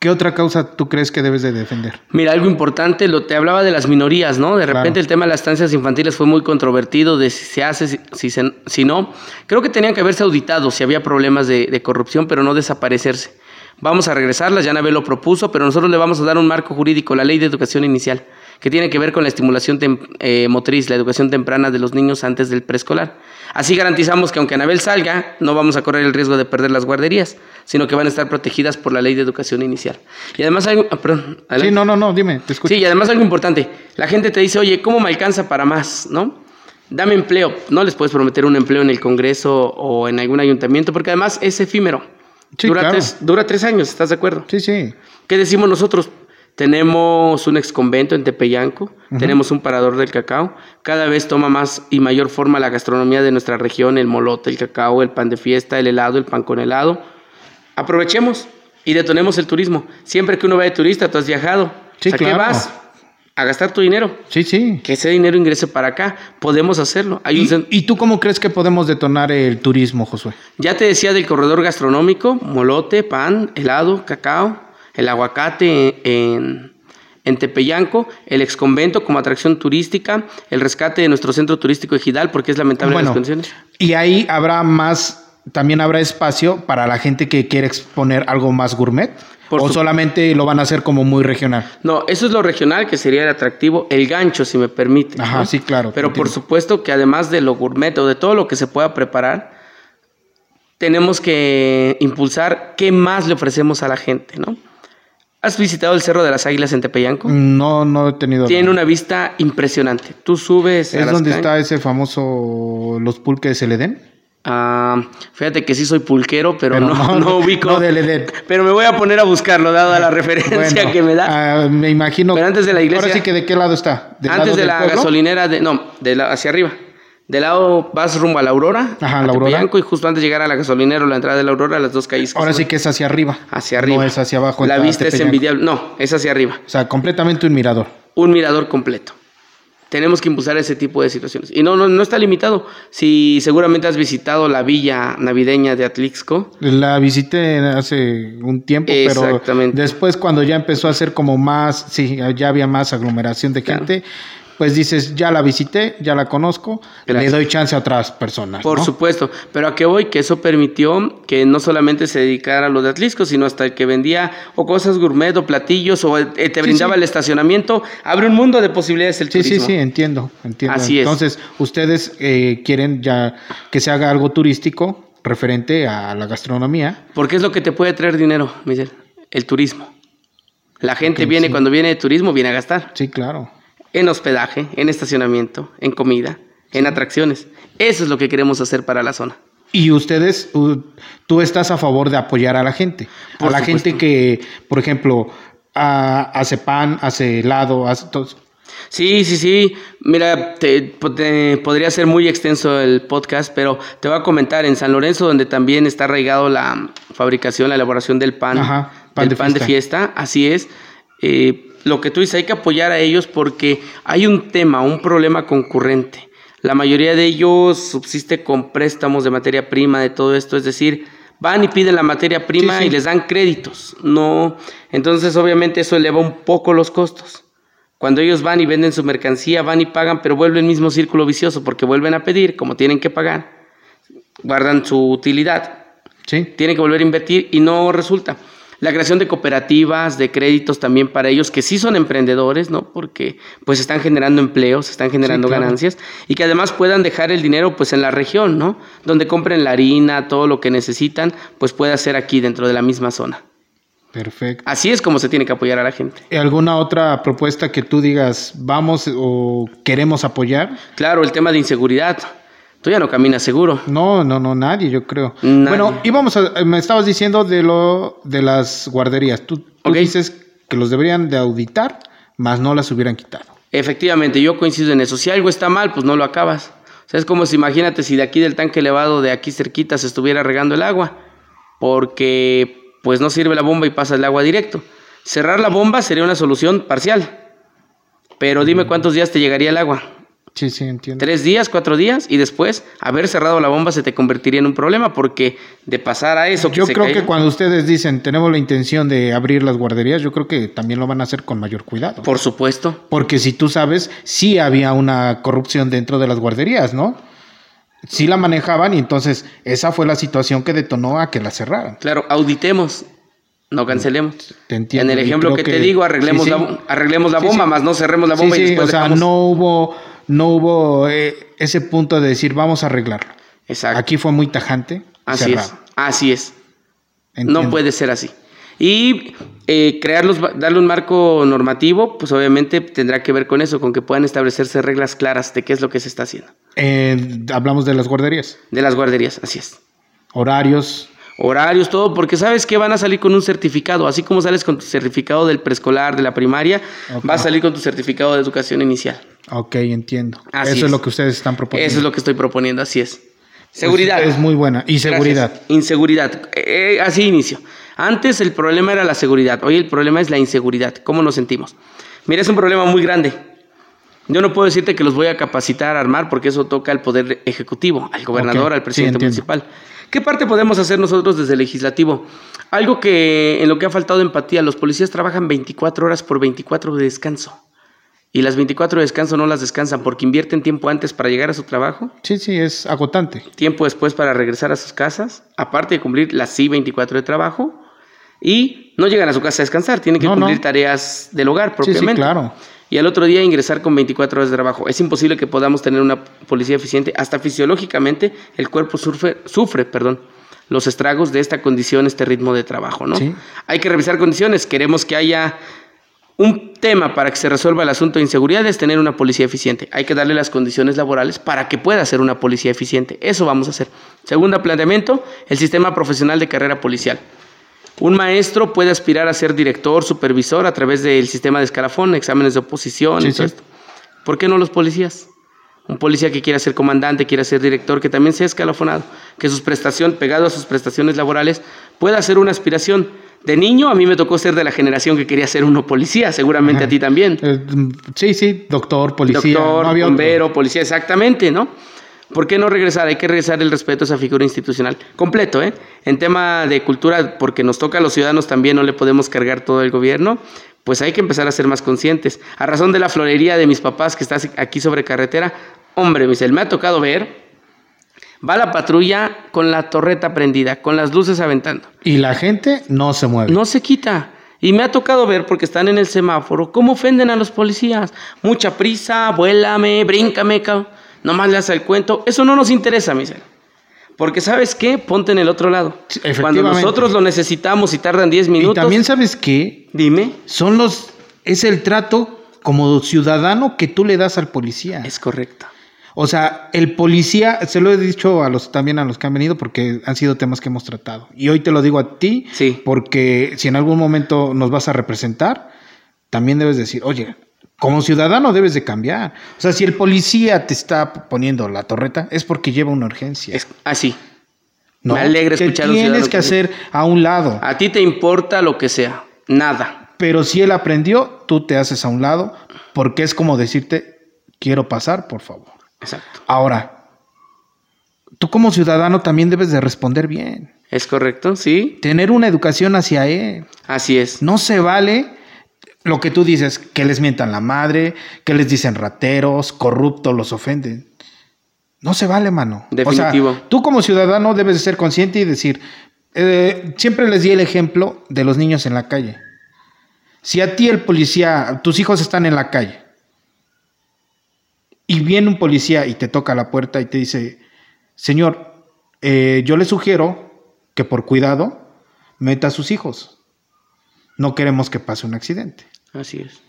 Speaker 1: ¿Qué otra causa tú crees que debes de defender?
Speaker 2: Mira, algo importante, lo te hablaba de las minorías, ¿no? De repente
Speaker 1: Claro.
Speaker 2: el tema de las estancias infantiles fue muy controvertido, de si se hace, si, si se- si no. Creo que tenían que haberse auditado si había problemas de, de corrupción, pero no desaparecerse. Vamos a regresarlas, ya Anabel lo propuso, pero nosotros le vamos a dar un marco jurídico, la ley de educación inicial, que tiene que ver con la estimulación tem- eh, motriz, la educación temprana de los niños antes del preescolar. Así garantizamos que aunque Anabel salga, no vamos a correr el riesgo de perder las guarderías, sino que van a estar protegidas por la ley de educación inicial. Y además hay... un- ah, perdón, adelante.
Speaker 1: Sí, no, no, no, dime, te escucho.
Speaker 2: Sí, y además algo importante, la gente te dice, oye, ¿cómo me alcanza para más? ¿No? Dame empleo. No les puedes prometer un empleo en el Congreso o en algún ayuntamiento, porque además es efímero.
Speaker 1: Sí,
Speaker 2: dura,
Speaker 1: claro.
Speaker 2: tres, dura tres años, ¿estás de acuerdo?
Speaker 1: Sí, sí.
Speaker 2: ¿Qué decimos nosotros? Tenemos un exconvento en Tepeyanco,
Speaker 1: Ujú.
Speaker 2: tenemos un parador del cacao, cada vez toma más y mayor forma la gastronomía de nuestra región, el molote, el cacao, el pan de fiesta, el helado, el pan con helado. Aprovechemos y detonemos el turismo. Siempre que uno va de turista, tú has viajado.
Speaker 1: Sí,
Speaker 2: ¿A qué
Speaker 1: claro.
Speaker 2: vas? A gastar tu dinero.
Speaker 1: Sí, sí.
Speaker 2: Que ese dinero ingrese para acá. Podemos hacerlo. Hay un
Speaker 1: ¿Y,
Speaker 2: cen-
Speaker 1: y tú cómo crees que podemos detonar el turismo, Josué?
Speaker 2: ya te decía del corredor gastronómico, molote, pan, helado, cacao, el aguacate en, en Tepeyanco, el exconvento como atracción turística, el rescate de nuestro centro turístico Ejidal, porque es lamentable las condiciones.
Speaker 1: Y ahí habrá más, también habrá espacio para la gente que quiere exponer algo más gourmet.
Speaker 2: Por
Speaker 1: o
Speaker 2: su-
Speaker 1: solamente lo van a hacer como muy regional.
Speaker 2: No, eso es lo regional que sería el atractivo, el gancho, si me permite.
Speaker 1: Ajá,
Speaker 2: ¿no?
Speaker 1: sí, claro,
Speaker 2: Pero
Speaker 1: te
Speaker 2: por
Speaker 1: entiendo.
Speaker 2: supuesto que además de lo gourmet o de todo lo que se pueda preparar, tenemos que impulsar qué más le ofrecemos a la gente, ¿no? ¿Has visitado el Cerro de las Águilas en Tepeyanco?
Speaker 1: No, no he tenido.
Speaker 2: Tiene una ¿eh? vista impresionante. Tú subes. a
Speaker 1: ¿Es
Speaker 2: las
Speaker 1: donde
Speaker 2: ca-
Speaker 1: está ese famoso Los Pulques del Edén?
Speaker 2: Ah, fíjate que sí soy pulquero, pero,
Speaker 1: Pero
Speaker 2: no, no, ubico.
Speaker 1: no del Edén.
Speaker 2: Pero me voy a poner a buscarlo, dada la referencia
Speaker 1: Bueno,
Speaker 2: que me da.
Speaker 1: ah, me imagino.
Speaker 2: Pero antes de la iglesia-
Speaker 1: Ahora sí que de qué lado está. ¿Del lado
Speaker 2: Antes de
Speaker 1: del
Speaker 2: la
Speaker 1: pueblo?
Speaker 2: gasolinera, de, no, de la, hacia arriba. De lado vas rumbo a la Aurora,
Speaker 1: Ajá,
Speaker 2: a
Speaker 1: la Aurora.
Speaker 2: Tepeyanco, y justo antes de llegar a la gasolinera o la entrada de la Aurora, las dos calles. que
Speaker 1: Ahora
Speaker 2: son
Speaker 1: sí que es hacia arriba.
Speaker 2: hacia arriba.
Speaker 1: No es hacia abajo.
Speaker 2: La
Speaker 1: está
Speaker 2: vista es
Speaker 1: Tepeyac.
Speaker 2: envidiable. No, es hacia arriba.
Speaker 1: O sea, completamente un mirador.
Speaker 2: un mirador completo. Tenemos que impulsar ese tipo de situaciones. Y no, no, no está limitado. Si seguramente has visitado la villa navideña de Atlixco,
Speaker 1: La visité hace un tiempo, pero
Speaker 2: Exactamente.
Speaker 1: después cuando ya empezó a ser como más, sí, ya había más aglomeración de
Speaker 2: Claro.
Speaker 1: gente, pues dices, ya la visité, ya la conozco, le
Speaker 2: Gracias.
Speaker 1: doy chance a otras personas.
Speaker 2: por
Speaker 1: Ah, ¿no?
Speaker 2: supuesto, pero a qué voy, que eso permitió que no solamente se dedicara a lo de Atlixco, sino hasta el que vendía o cosas gourmet o platillos o eh, te brindaba
Speaker 1: sí.
Speaker 2: el estacionamiento. Abre un mundo de posibilidades el
Speaker 1: Sí, sí,
Speaker 2: turismo.
Speaker 1: sí, entiendo, entiendo.
Speaker 2: Así es.
Speaker 1: Entonces, ustedes eh, quieren ya que se haga algo turístico referente a la gastronomía.
Speaker 2: Porque es lo que te puede traer dinero, Miguel, el turismo. La gente
Speaker 1: Ok,
Speaker 2: viene,
Speaker 1: sí.
Speaker 2: cuando viene de turismo, viene a gastar.
Speaker 1: Sí, claro.
Speaker 2: en hospedaje, en estacionamiento, en comida, en atracciones. Eso es lo que queremos hacer para la zona.
Speaker 1: Y ustedes, u- tú estás a favor de apoyar a la gente.
Speaker 2: Por
Speaker 1: a la
Speaker 2: supuesto.
Speaker 1: gente que, por ejemplo, a- hace pan, hace helado, hace todo.
Speaker 2: Sí, sí, sí. Mira, te- po- te- podría ser muy extenso el podcast, pero te voy a comentar en San Lorenzo, donde también está arraigado la mm, fabricación, la elaboración del pan,
Speaker 1: Ajá, pan
Speaker 2: del
Speaker 1: de
Speaker 2: pan de fiesta. Así es. Eh, lo que tú dices, hay que apoyar a ellos porque hay un tema, un problema concurrente. La mayoría de ellos subsiste con préstamos de materia prima, de todo esto, es decir, van y piden la materia prima
Speaker 1: Sí, sí.
Speaker 2: y les dan créditos. No, entonces obviamente eso eleva un poco los costos. Cuando ellos van y venden su mercancía, van y pagan, pero vuelve el mismo círculo vicioso porque vuelven a pedir, como tienen que pagar, guardan su utilidad,
Speaker 1: ¿Sí?
Speaker 2: tienen que volver a invertir y no resulta. La creación de cooperativas, de créditos también para ellos que sí son emprendedores, ¿no? Porque pues están generando empleos, están generando
Speaker 1: claro.
Speaker 2: ganancias y que además puedan dejar el dinero pues en la región, ¿no? Donde compren la harina, todo lo que necesitan, pues puede hacer aquí dentro de la misma zona.
Speaker 1: Perfecto.
Speaker 2: Así es como se tiene que apoyar a la gente.
Speaker 1: ¿Y ¿Alguna otra propuesta que tú digas vamos o queremos apoyar?
Speaker 2: Claro, el tema de inseguridad. Tú ya no caminas seguro.
Speaker 1: No, no, no, nadie, yo creo.
Speaker 2: Nadie.
Speaker 1: Bueno, íbamos a, me estabas diciendo de lo de las guarderías. Tú, tú
Speaker 2: Ok.
Speaker 1: dices que los deberían de auditar, más no las hubieran quitado.
Speaker 2: Efectivamente, yo coincido en eso. Si algo está mal, pues no lo acabas. O sea, es como si imagínate si de aquí del tanque elevado de aquí cerquita se estuviera regando el agua, porque pues no sirve la bomba y pasa el agua directo. Cerrar la bomba sería una solución parcial. Pero dime cuántos días te llegaría el agua.
Speaker 1: Sí, sí, entiendo.
Speaker 2: Tres días, cuatro días y después haber cerrado la bomba se te convertiría en un problema porque de pasar a eso...
Speaker 1: Yo
Speaker 2: se
Speaker 1: creo
Speaker 2: caiga-
Speaker 1: que cuando ustedes dicen tenemos la intención de abrir las guarderías, yo creo que también lo van a hacer con mayor cuidado.
Speaker 2: Por supuesto.
Speaker 1: Porque si tú sabes, sí había una corrupción dentro de las guarderías, ¿no? Sí la manejaban y entonces esa fue la situación que detonó a que la cerraran.
Speaker 2: Claro, auditemos, no cancelemos.
Speaker 1: Te entiendo,
Speaker 2: En el
Speaker 1: y
Speaker 2: ejemplo
Speaker 1: creo
Speaker 2: que,
Speaker 1: que-
Speaker 2: te digo, arreglemos,
Speaker 1: sí, sí.
Speaker 2: La, bo- arreglemos la
Speaker 1: Sí,
Speaker 2: bomba,
Speaker 1: sí.
Speaker 2: más no cerremos la
Speaker 1: Sí,
Speaker 2: bomba y
Speaker 1: sí,
Speaker 2: después
Speaker 1: o sea,
Speaker 2: dejamos-
Speaker 1: no hubo, no hubo eh, ese punto de decir vamos a arreglarlo.
Speaker 2: Exacto.
Speaker 1: Aquí fue muy tajante.
Speaker 2: así es.
Speaker 1: cerrado.
Speaker 2: Así es.
Speaker 1: Entiendo.
Speaker 2: No puede ser así. Y eh, crearlos, va- darle un marco normativo, pues obviamente tendrá que ver con eso, con que puedan establecerse reglas claras de qué es lo que se está haciendo.
Speaker 1: Eh, hablamos de las guarderías,
Speaker 2: De las guarderías, así es.
Speaker 1: horarios.
Speaker 2: horarios, todo, porque sabes que van a salir con un certificado, así como sales con tu certificado del preescolar, de la primaria,
Speaker 1: Ok.
Speaker 2: va a salir con tu certificado de educación inicial.
Speaker 1: Ok, entiendo.
Speaker 2: Así
Speaker 1: Eso
Speaker 2: es.
Speaker 1: es lo que ustedes están proponiendo. Pues,
Speaker 2: Eso es lo que estoy proponiendo, así es. Seguridad.
Speaker 1: Es, es muy buena. Y seguridad.
Speaker 2: Gracias. Inseguridad. Eh, eh, así inicio. Antes el problema era la seguridad, hoy el problema es la inseguridad. ¿Cómo nos sentimos? Mira, es un problema muy grande. Yo no puedo decirte que los voy a capacitar a armar porque eso toca al poder ejecutivo, al gobernador,
Speaker 1: Ok,
Speaker 2: al
Speaker 1: sí,
Speaker 2: presidente
Speaker 1: entiendo.
Speaker 2: municipal. ¿Qué parte podemos hacer nosotros desde el legislativo? Algo que en lo que ha faltado empatía, los policías trabajan 24 horas por 24 de descanso. Y las 24 de descanso no las descansan porque invierten tiempo antes para llegar a su trabajo
Speaker 1: Sí, sí, es agotante.
Speaker 2: tiempo después para regresar a sus casas, aparte de cumplir las sí 24 de trabajo, y no llegan a su casa a descansar, tienen que
Speaker 1: No, no.
Speaker 2: cumplir tareas del hogar
Speaker 1: Sí, sí,
Speaker 2: propiamente.
Speaker 1: claro.
Speaker 2: Y al otro día ingresar con 24 horas de trabajo. Es imposible que podamos tener una policía eficiente. Hasta fisiológicamente el cuerpo sufre, sufre perdón, los estragos de esta condición, este ritmo de trabajo. ¿no?
Speaker 1: Sí.
Speaker 2: Hay que revisar condiciones. Queremos que haya un tema para que se resuelva el asunto de inseguridad es tener una policía eficiente. Hay que darle las condiciones laborales para que pueda ser una policía eficiente. Eso vamos a hacer. Segundo planteamiento, el sistema profesional de carrera policial. Un maestro puede aspirar a ser director, supervisor a través del sistema de escalafón, exámenes de oposición,
Speaker 1: Sí,
Speaker 2: y todo
Speaker 1: sí.
Speaker 2: esto. ¿Por qué no los policías? Un policía que quiera ser comandante, quiera ser director, que también sea escalafonado, que sus prestación, pegado a sus prestaciones laborales, pueda ser una aspiración. De niño a mí me tocó ser de la generación que quería ser uno policía, seguramente a ti también.
Speaker 1: Eh, mm, sí, sí, doctor, policía.
Speaker 2: Doctor,
Speaker 1: no había otro.
Speaker 2: bombero, policía, exactamente, ¿no? ¿Por qué no regresar? Hay que regresar el respeto a esa figura institucional. Completo, ¿eh? En tema de cultura, porque nos toca a los ciudadanos también, no le podemos cargar todo el gobierno, pues hay que empezar a ser más conscientes. A razón de la florería de mis papás que está aquí sobre carretera, hombre, Michel, me ha tocado ver, va la patrulla con la torreta prendida, con las luces aventando.
Speaker 1: Y la gente no se mueve.
Speaker 2: No se quita. Y me ha tocado ver, porque están en el semáforo, cómo ofenden a los policías. Mucha prisa, vuélame, bríncame, cabrón. Nomás le hace el cuento. Eso no nos interesa, misel. Porque ¿sabes qué? Ponte en el otro lado.
Speaker 1: Sí, efectivamente.
Speaker 2: Cuando nosotros lo necesitamos y tardan 10
Speaker 1: y
Speaker 2: minutos,
Speaker 1: también sabes que
Speaker 2: dime.
Speaker 1: son los, es el trato como ciudadano que tú le das al policía.
Speaker 2: Es correcto.
Speaker 1: O sea, el policía, se lo he dicho a los también a los que han venido porque han sido temas que hemos tratado. Y hoy te lo digo a ti,
Speaker 2: Sí.
Speaker 1: porque si en algún momento nos vas a representar, también debes decir, oye, como ciudadano debes de cambiar. O sea, si el policía te está poniendo la torreta, es porque lleva una urgencia.
Speaker 2: Es así. me alegra
Speaker 1: Que
Speaker 2: escuchar a un
Speaker 1: Tienes
Speaker 2: ciudadano
Speaker 1: que
Speaker 2: que- Ah.
Speaker 1: hacer a un lado.
Speaker 2: A ti te importa lo que sea. Nada.
Speaker 1: Pero si él aprendió, tú te haces a un lado, porque es como decirte, quiero pasar, por favor.
Speaker 2: Exacto.
Speaker 1: Ahora, tú como ciudadano también debes de responder bien,
Speaker 2: Es correcto, sí.
Speaker 1: tener una educación hacia él.
Speaker 2: Así es.
Speaker 1: No se vale lo que tú dices, que les mientan la madre, que les dicen rateros, corruptos, los ofenden. No se vale, mano. O sea,
Speaker 2: Definitivo.
Speaker 1: tú como ciudadano debes de ser consciente y decir, eh, siempre les di el ejemplo de los niños en la calle. Si a ti el policía, tus hijos están en la calle, y viene un policía y te toca la puerta y te dice, señor, eh, yo le sugiero que por cuidado meta a sus hijos. No queremos que pase un accidente.
Speaker 2: Así es.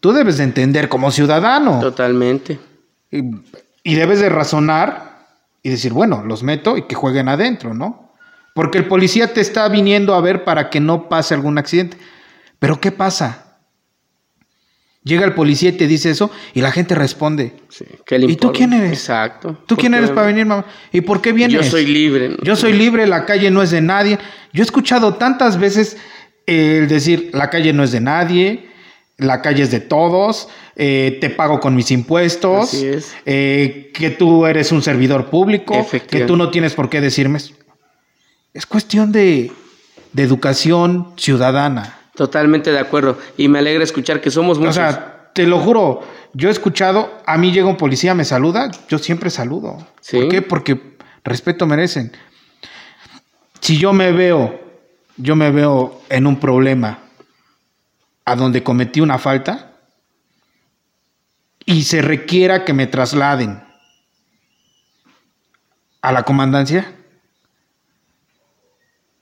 Speaker 1: Tú debes de entender como ciudadano
Speaker 2: Totalmente.
Speaker 1: y, y debes de razonar y decir, bueno, los meto y que jueguen adentro, ¿no? Porque el policía te está viniendo a ver para que no pase algún accidente. Pero ¿qué pasa? Llega el policía y te dice eso y la gente responde.
Speaker 2: Sí. ¿Qué le
Speaker 1: ¿Y tú
Speaker 2: importa?
Speaker 1: quién eres?
Speaker 2: Exacto.
Speaker 1: ¿Tú
Speaker 2: ¿Por
Speaker 1: quién
Speaker 2: qué
Speaker 1: eres
Speaker 2: me-
Speaker 1: para venir, mamá? ¿Y por qué vienes?
Speaker 2: Yo soy libre.
Speaker 1: Yo soy libre, la calle no es de nadie. Yo he escuchado tantas veces eh, el decir, la calle no es de nadie, la calle es de todos, eh, te pago con mis impuestos,
Speaker 2: Así es.
Speaker 1: eh, que tú eres un servidor público, que
Speaker 2: Efectivamente.
Speaker 1: tú no tienes por qué decirme eso. Es cuestión de, de educación ciudadana.
Speaker 2: Totalmente de acuerdo. Y me alegra escuchar que somos
Speaker 1: O
Speaker 2: muchos.
Speaker 1: sea, te lo juro, yo he escuchado, a mí llega un policía, me saluda, yo siempre saludo.
Speaker 2: Sí.
Speaker 1: ¿Por qué? Porque respeto merecen. Si yo me veo, yo me veo en un problema a donde cometí una falta y se requiera que me trasladen a la comandancia,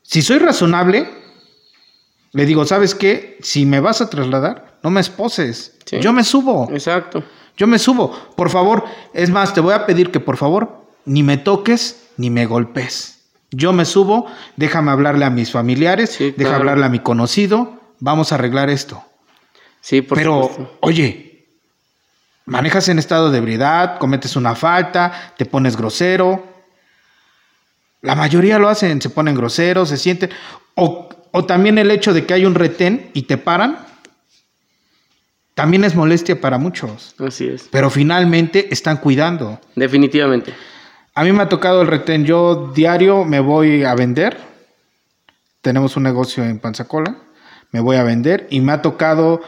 Speaker 1: si soy razonable, le digo, ¿sabes qué? Si me vas a trasladar, no me esposes.
Speaker 2: Sí.
Speaker 1: Yo me subo.
Speaker 2: Exacto.
Speaker 1: Yo me subo. Por favor, es más, te voy a pedir que por favor ni me toques ni me golpes. Yo me subo, déjame hablarle a mis familiares,
Speaker 2: Sí,
Speaker 1: deja
Speaker 2: claro.
Speaker 1: hablarle a mi conocido, vamos a arreglar esto.
Speaker 2: Sí, por
Speaker 1: Pero,
Speaker 2: supuesto.
Speaker 1: oye, manejas en estado de ebriedad, cometes una falta, te pones grosero. La mayoría lo hacen, se ponen groseros, se sienten. O, o también el hecho de que hay un retén y te paran, también es molestia para muchos.
Speaker 2: Así es.
Speaker 1: Pero finalmente están cuidando.
Speaker 2: Definitivamente.
Speaker 1: A mí me ha tocado el retén. Yo diario me voy a vender. Tenemos un negocio en Panzacola. Me voy a vender y me ha tocado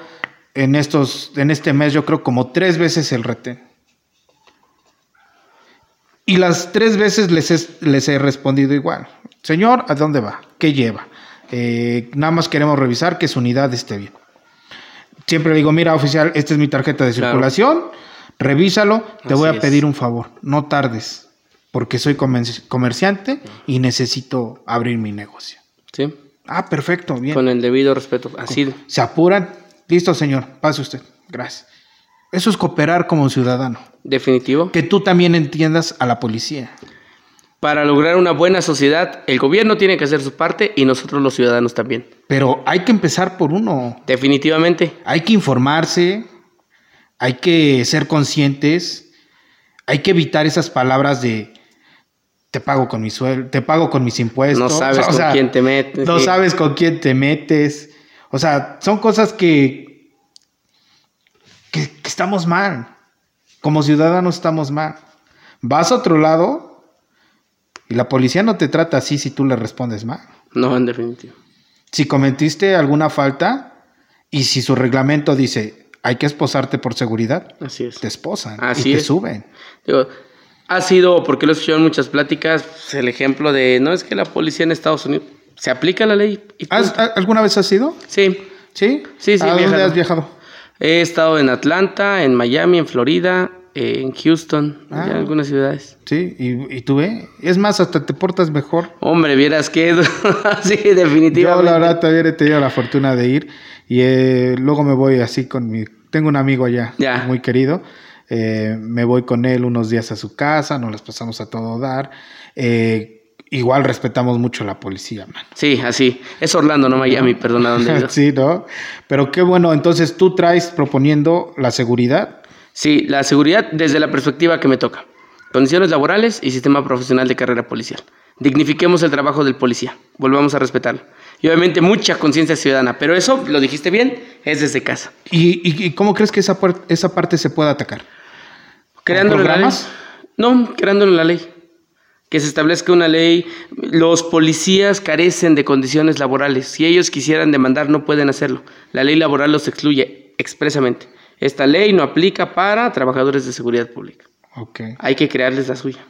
Speaker 1: en estos, en este mes, yo creo como tres veces el retén. Y las tres veces les, he- les he respondido igual. Señor, ¿a dónde va? ¿Qué lleva? Eh, nada más queremos revisar que su unidad esté bien. Siempre le digo, mira, oficial, esta es mi tarjeta de
Speaker 2: Claro.
Speaker 1: circulación, revísalo, te
Speaker 2: Así
Speaker 1: voy a
Speaker 2: es.
Speaker 1: pedir un favor, no tardes, porque soy comen- comerciante y necesito abrir mi negocio.
Speaker 2: Sí.
Speaker 1: Ah, perfecto, bien.
Speaker 2: Con el debido respeto. Así.
Speaker 1: Se apuran. Listo, señor, pase usted. Gracias. Eso es cooperar como ciudadano.
Speaker 2: Definitivo.
Speaker 1: Que tú también entiendas a la policía.
Speaker 2: Para lograr una buena sociedad, el gobierno tiene que hacer su parte y nosotros los ciudadanos también.
Speaker 1: Pero hay que empezar por uno.
Speaker 2: Definitivamente.
Speaker 1: Hay que informarse, hay que ser conscientes, hay que evitar esas palabras de te pago con mi sueldo, te pago con mis impuestos.
Speaker 2: No sabes
Speaker 1: O
Speaker 2: con
Speaker 1: sea,
Speaker 2: quién te metes.
Speaker 1: No
Speaker 2: sí.
Speaker 1: sabes con quién te metes. O sea, son cosas que, que, que estamos mal. Como ciudadanos estamos mal. Vas a otro lado y la policía no te trata así si tú le respondes mal.
Speaker 2: No, en definitivo.
Speaker 1: Si cometiste alguna falta y si su reglamento dice hay que esposarte por seguridad,
Speaker 2: Así es.
Speaker 1: te esposan
Speaker 2: Así
Speaker 1: y te
Speaker 2: es. Pues
Speaker 1: suben.
Speaker 2: Digo, ha sido, porque lo he escuchado en muchas pláticas, pues, el ejemplo de, no es que la policía en Estados Unidos, se aplica la ley. y
Speaker 1: ¿Has-
Speaker 2: punto.
Speaker 1: a- ¿Alguna vez has ido?
Speaker 2: Sí,
Speaker 1: ¿Sí?
Speaker 2: Sí, sí,
Speaker 1: ¿A
Speaker 2: he
Speaker 1: dónde
Speaker 2: viajado.
Speaker 1: has viajado?
Speaker 2: he estado en Atlanta, en Miami, en Florida, eh, en Houston,
Speaker 1: Ah.
Speaker 2: ya en algunas ciudades.
Speaker 1: Sí, y, y tú ve. Es más, hasta te portas mejor.
Speaker 2: Hombre, vieras que... sí, definitivamente.
Speaker 1: Yo, la verdad, todavía he tenido la fortuna de ir. Y eh, luego me voy así con mi. Tengo un amigo allá,
Speaker 2: Ya.
Speaker 1: muy querido. eh, me voy con él unos días a su casa, nos las pasamos a todo dar. eh, igual respetamos mucho a la policía, man.
Speaker 2: Sí, así. Es Orlando, no Miami, perdón, ¿a dónde he ido?
Speaker 1: sí, ¿no? Pero qué bueno, entonces tú traes proponiendo la seguridad.
Speaker 2: Sí, la seguridad desde la perspectiva que me toca. Condiciones laborales y sistema profesional de carrera policial. Dignifiquemos el trabajo del policía, volvamos a respetarlo. Y obviamente mucha conciencia ciudadana, pero eso, lo dijiste bien, es desde casa.
Speaker 1: ¿Y, y- y cómo crees que esa, puer- esa parte se pueda atacar?
Speaker 2: Creándole la ley.
Speaker 1: programas?
Speaker 2: No, creándole la ley. Que se establezca una ley. Los policías carecen de condiciones laborales. Si ellos quisieran demandar, no pueden hacerlo. La ley laboral los excluye expresamente. Esta ley no aplica para trabajadores de seguridad pública.
Speaker 1: Ok.
Speaker 2: Hay que crearles la suya.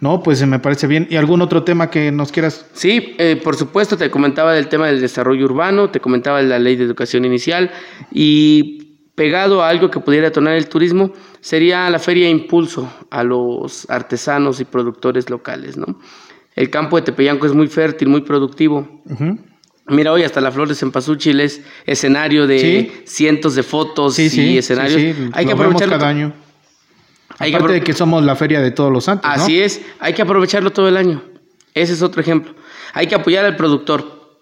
Speaker 1: No, pues eh, me parece bien. ¿Y algún otro tema que nos quieras?
Speaker 2: Sí, eh, por supuesto, te comentaba del tema del desarrollo urbano, te comentaba de la ley de educación inicial y pegado a algo que pudiera detonar el turismo sería la feria Impulso a los artesanos y productores locales, ¿no? El campo de Tepeyanco es muy fértil, muy productivo.
Speaker 1: Ujú.
Speaker 2: Mira, hoy hasta la flor de Cempasúchil es escenario de
Speaker 1: Sí.
Speaker 2: cientos de fotos
Speaker 1: Sí, sí.
Speaker 2: y Pues escenarios.
Speaker 1: sí, sí,
Speaker 2: Hay que
Speaker 1: lo vemos
Speaker 2: aprovecharlo.
Speaker 1: cada año.
Speaker 2: Hay que
Speaker 1: Aparte
Speaker 2: apro-
Speaker 1: de que somos la feria de todos los santos, ¿no?
Speaker 2: Así es, hay que aprovecharlo todo el año. Ese es otro ejemplo. Hay que apoyar al productor.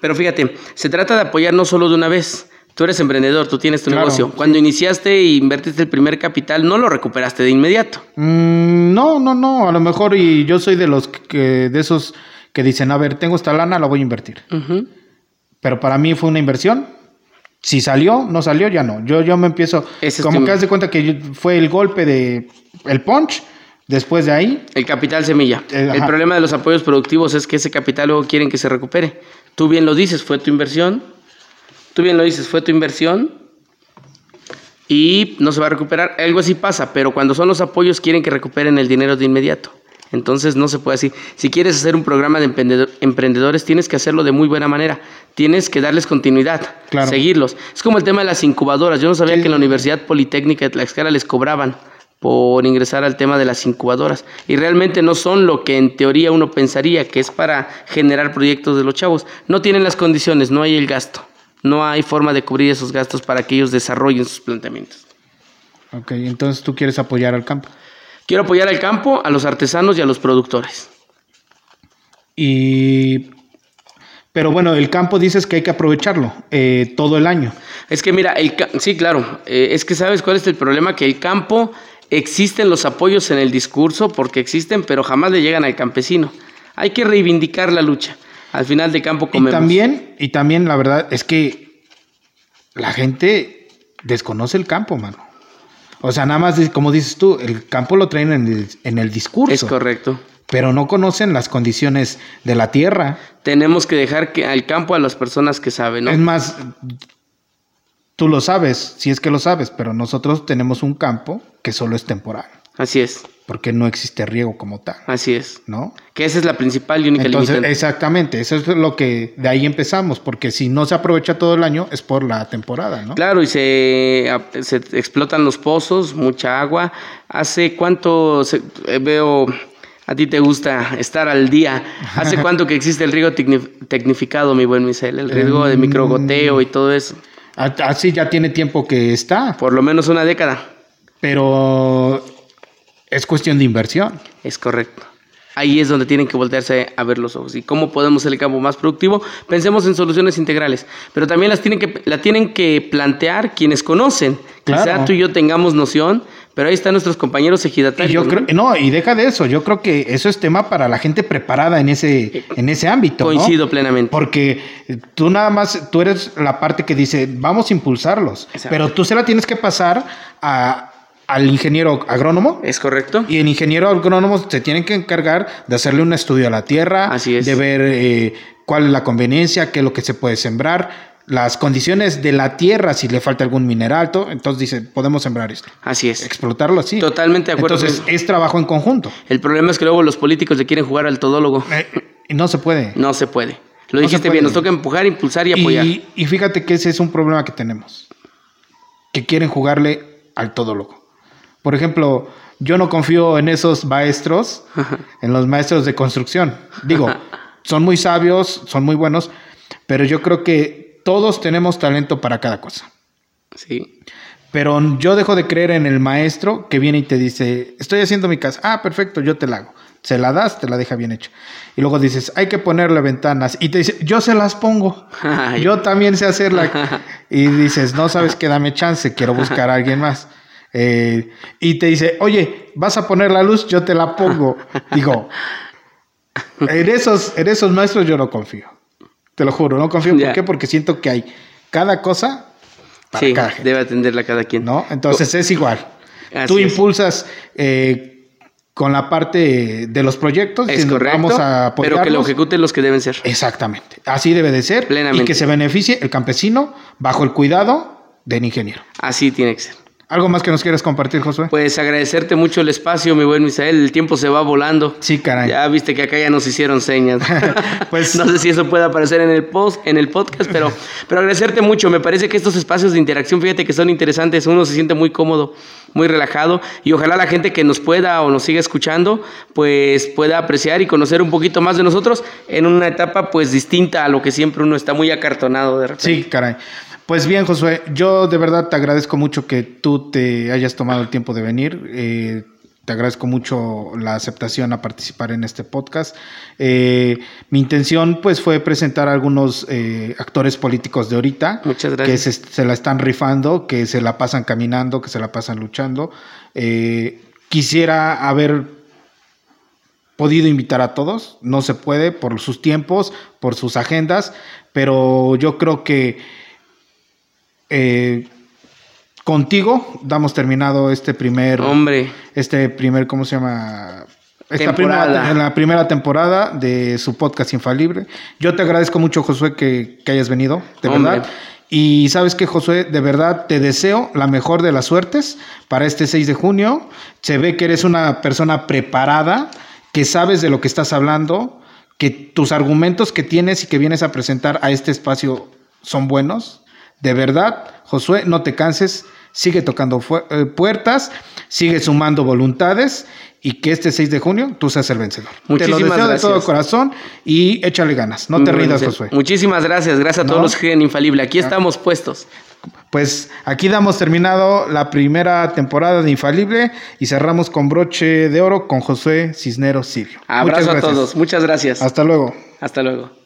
Speaker 2: Pero fíjate, se trata de apoyar no solo de una vez. Tú eres emprendedor, tú tienes tu
Speaker 1: Claro,
Speaker 2: negocio.
Speaker 1: sí.
Speaker 2: Cuando iniciaste e invertiste el primer capital, no lo recuperaste de inmediato.
Speaker 1: Mm, no, no, no. A lo mejor y yo soy de los que de esos que dicen, a ver, tengo esta lana, la voy a invertir.
Speaker 2: Ujú.
Speaker 1: Pero para mí fue una inversión. Si salió, no salió, ya no. Yo, yo me empiezo.
Speaker 2: Ese es
Speaker 1: como
Speaker 2: tu-
Speaker 1: que haz de cuenta que yo- fue el golpe de el punch. Después de ahí,
Speaker 2: El capital semilla.
Speaker 1: Eh,
Speaker 2: el
Speaker 1: ajá.
Speaker 2: problema de los apoyos productivos es que ese capital luego quieren que se recupere. Tú bien lo dices, fue tu inversión. Tú bien lo dices, fue tu inversión. Y no se va a recuperar. Algo así pasa, pero cuando son los apoyos quieren que recuperen el dinero de inmediato. Entonces no se puede así. Si quieres hacer un programa de emprendedor- emprendedores, tienes que hacerlo de muy buena manera. Tienes que darles continuidad,
Speaker 1: Claro.
Speaker 2: seguirlos. Es como el tema de las incubadoras. Yo no sabía
Speaker 1: Sí,
Speaker 2: que en la Universidad Politécnica de Tlaxcala les cobraban por ingresar al tema de las incubadoras. Y realmente no son lo que en teoría uno pensaría, que es para generar proyectos de los chavos. No tienen las condiciones, no hay el gasto. No hay forma de cubrir esos gastos para que ellos desarrollen sus planteamientos.
Speaker 1: ok, entonces tú quieres apoyar al campo.
Speaker 2: Quiero apoyar al campo, a los artesanos y a los productores.
Speaker 1: Y. Pero bueno, el campo dices que hay que aprovecharlo eh, todo el año.
Speaker 2: Es que mira, el ca- sí, claro, eh, es que sabes cuál es el problema, que el campo existen los apoyos en el discurso porque existen, pero jamás le llegan al campesino. Hay que reivindicar la lucha. Al final de campo comemos.
Speaker 1: Y también, y también la verdad es que la gente desconoce el campo, mano. O sea, nada más, di- como dices tú, el campo lo traen en el, en el discurso.
Speaker 2: es correcto.
Speaker 1: Pero no conocen las condiciones de la tierra.
Speaker 2: Tenemos que dejar que al campo a las personas que saben,
Speaker 1: Es
Speaker 2: ¿no?
Speaker 1: más, tú lo sabes, si es que lo sabes, pero nosotros tenemos un campo que solo es temporal,
Speaker 2: Así es,
Speaker 1: porque no existe riego como tal,
Speaker 2: así es.
Speaker 1: ¿no?
Speaker 2: Que esa es la principal y única
Speaker 1: Entonces,
Speaker 2: limitante.
Speaker 1: exactamente, eso es lo que de ahí empezamos, porque si no se aprovecha todo el año es por la temporada, ¿no?
Speaker 2: Claro, y se, ap- se explotan los pozos, mucha agua. ¿Hace cuánto se- eh, veo, a ti te gusta estar al día? ¿Hace cuánto que existe el riego tecni- tecnificado, mi buen Misael? El riego de
Speaker 1: Mm.
Speaker 2: microgoteo y todo eso.
Speaker 1: A- Así ya tiene tiempo que está,
Speaker 2: Por lo menos una década.
Speaker 1: pero es cuestión de inversión.
Speaker 2: Es correcto. Ahí es donde tienen que voltearse a ver los ojos. ¿Y cómo podemos hacer el campo más productivo? Pensemos en soluciones integrales, pero también las tienen que, la tienen que plantear quienes conocen. Quizá
Speaker 1: Claro.
Speaker 2: tú y yo tengamos noción, pero ahí están nuestros compañeros
Speaker 1: Y
Speaker 2: ejidatarios.
Speaker 1: yo
Speaker 2: ¿no?
Speaker 1: creo, no, y deja de eso, yo creo que eso es tema para la gente preparada en ese, en ese ámbito. ¿no?
Speaker 2: Coincido plenamente.
Speaker 1: Porque tú nada más, tú eres la parte que dice, vamos a impulsarlos,
Speaker 2: Exacto.
Speaker 1: pero tú se la tienes que pasar a- al ingeniero agrónomo.
Speaker 2: ¿Es correcto?
Speaker 1: Y el ingeniero agrónomo se tiene que encargar de hacerle un estudio a la tierra,
Speaker 2: Así es.
Speaker 1: de ver eh, cuál es la conveniencia, qué es lo que se puede sembrar, las condiciones de la tierra, si le falta algún mineral, todo. entonces dice, podemos sembrar esto,
Speaker 2: Así es.
Speaker 1: explotarlo así.
Speaker 2: Totalmente de acuerdo.
Speaker 1: Entonces es trabajo en conjunto.
Speaker 2: El problema es que luego los políticos le quieren jugar al todólogo.
Speaker 1: Eh, y no se puede.
Speaker 2: No se puede.
Speaker 1: No
Speaker 2: Lo
Speaker 1: se
Speaker 2: dijiste
Speaker 1: puede.
Speaker 2: bien, nos toca empujar, impulsar y apoyar.
Speaker 1: y, y fíjate que ese es un problema que tenemos. que quieren jugarle al todo loco. Por ejemplo, yo no confío en esos maestros, en los maestros de construcción. Digo, son muy sabios, son muy buenos, pero yo creo que todos tenemos talento para cada cosa.
Speaker 2: Sí.
Speaker 1: Pero yo dejo de creer en el maestro que viene y te dice, estoy haciendo mi casa. Ah, perfecto, yo te la hago. Se la das, te la deja bien hecha. Y luego dices, hay que ponerle ventanas. Y te dice, yo se las pongo. Yo también sé hacerla. Y dices, no sabes qué, dame chance, quiero buscar a alguien más. Eh, y te dice, oye, vas a poner la luz, yo te la pongo. Digo, en esos, en esos maestros yo no confío. Te lo juro, no confío.
Speaker 2: Ya.
Speaker 1: ¿Por qué? Porque siento que hay cada cosa para
Speaker 2: Sí,
Speaker 1: cada gente.
Speaker 2: debe atenderla cada quien.
Speaker 1: ¿no? Entonces es igual.
Speaker 2: Así
Speaker 1: Tú
Speaker 2: es.
Speaker 1: impulsas eh, con la parte de los proyectos.
Speaker 2: Es
Speaker 1: diciendo,
Speaker 2: correcto,
Speaker 1: Vamos a
Speaker 2: pero que lo
Speaker 1: apoyarlos". Eh.
Speaker 2: ejecuten los que deben ser.
Speaker 1: Exactamente. Así debe de ser.
Speaker 2: Plenamente.
Speaker 1: Y que se beneficie el campesino bajo el cuidado del ingeniero.
Speaker 2: Así tiene que ser.
Speaker 1: ¿Algo más que nos quieras compartir, Josué?
Speaker 2: Pues agradecerte mucho el espacio, mi buen Misael. El tiempo se va volando.
Speaker 1: sí, caray.
Speaker 2: Ya viste que acá ya nos hicieron señas.
Speaker 1: Pues-
Speaker 2: no sé si eso puede aparecer en el post, en el podcast, pero, pero agradecerte mucho. Me parece que estos espacios de interacción, fíjate que son interesantes. Uno se siente muy cómodo, muy relajado. Y ojalá la gente que nos pueda o nos siga escuchando, pues pueda apreciar y conocer un poquito más de nosotros en una etapa pues distinta a lo que siempre uno está muy acartonado de repente.
Speaker 1: Sí, caray. Pues bien, Josué, yo de verdad te agradezco mucho que tú te hayas tomado el tiempo de venir. Eh, te agradezco mucho la aceptación a participar en este podcast. Eh, mi intención, pues, fue presentar a algunos eh, actores políticos de ahorita
Speaker 2: Muchas
Speaker 1: que
Speaker 2: gracias.
Speaker 1: se, se la están rifando, que se la pasan caminando, que se la pasan luchando. Eh, quisiera haber podido invitar a todos, no se puede por sus tiempos, por sus agendas, pero yo creo que eh, contigo damos terminado este primer,
Speaker 2: Hombre,
Speaker 1: este primer, ¿cómo se llama? Esta
Speaker 2: Temporada.
Speaker 1: primera- en la primera temporada de su podcast Infalible. Yo te agradezco mucho, Josué, que, que hayas venido, de
Speaker 2: Hombre.
Speaker 1: verdad. Y sabes que, Josué, de verdad te deseo la mejor de las suertes para este 6 de junio. Se ve que eres una persona preparada, que sabes de lo que estás hablando, que tus argumentos que tienes y que vienes a presentar a este espacio son buenos. De verdad, Josué, no te canses, sigue tocando fu- eh, puertas, sigue sumando voluntades y que este 6 de junio tú seas el vencedor.
Speaker 2: Muchísimas
Speaker 1: te lo deseo
Speaker 2: gracias.
Speaker 1: de todo corazón y échale ganas, no te
Speaker 2: Muy
Speaker 1: rindas,
Speaker 2: bien.
Speaker 1: Josué.
Speaker 2: Muchísimas gracias, gracias a todos
Speaker 1: No. Ah.
Speaker 2: los que creen infalible. Aquí estamos puestos.
Speaker 1: Pues aquí damos terminado la primera temporada de Infalible y cerramos con broche de oro con José Cisneros Silvio. Muchas
Speaker 2: Abrazo a
Speaker 1: gracias.
Speaker 2: todos, muchas gracias.
Speaker 1: Hasta luego.
Speaker 2: Hasta luego.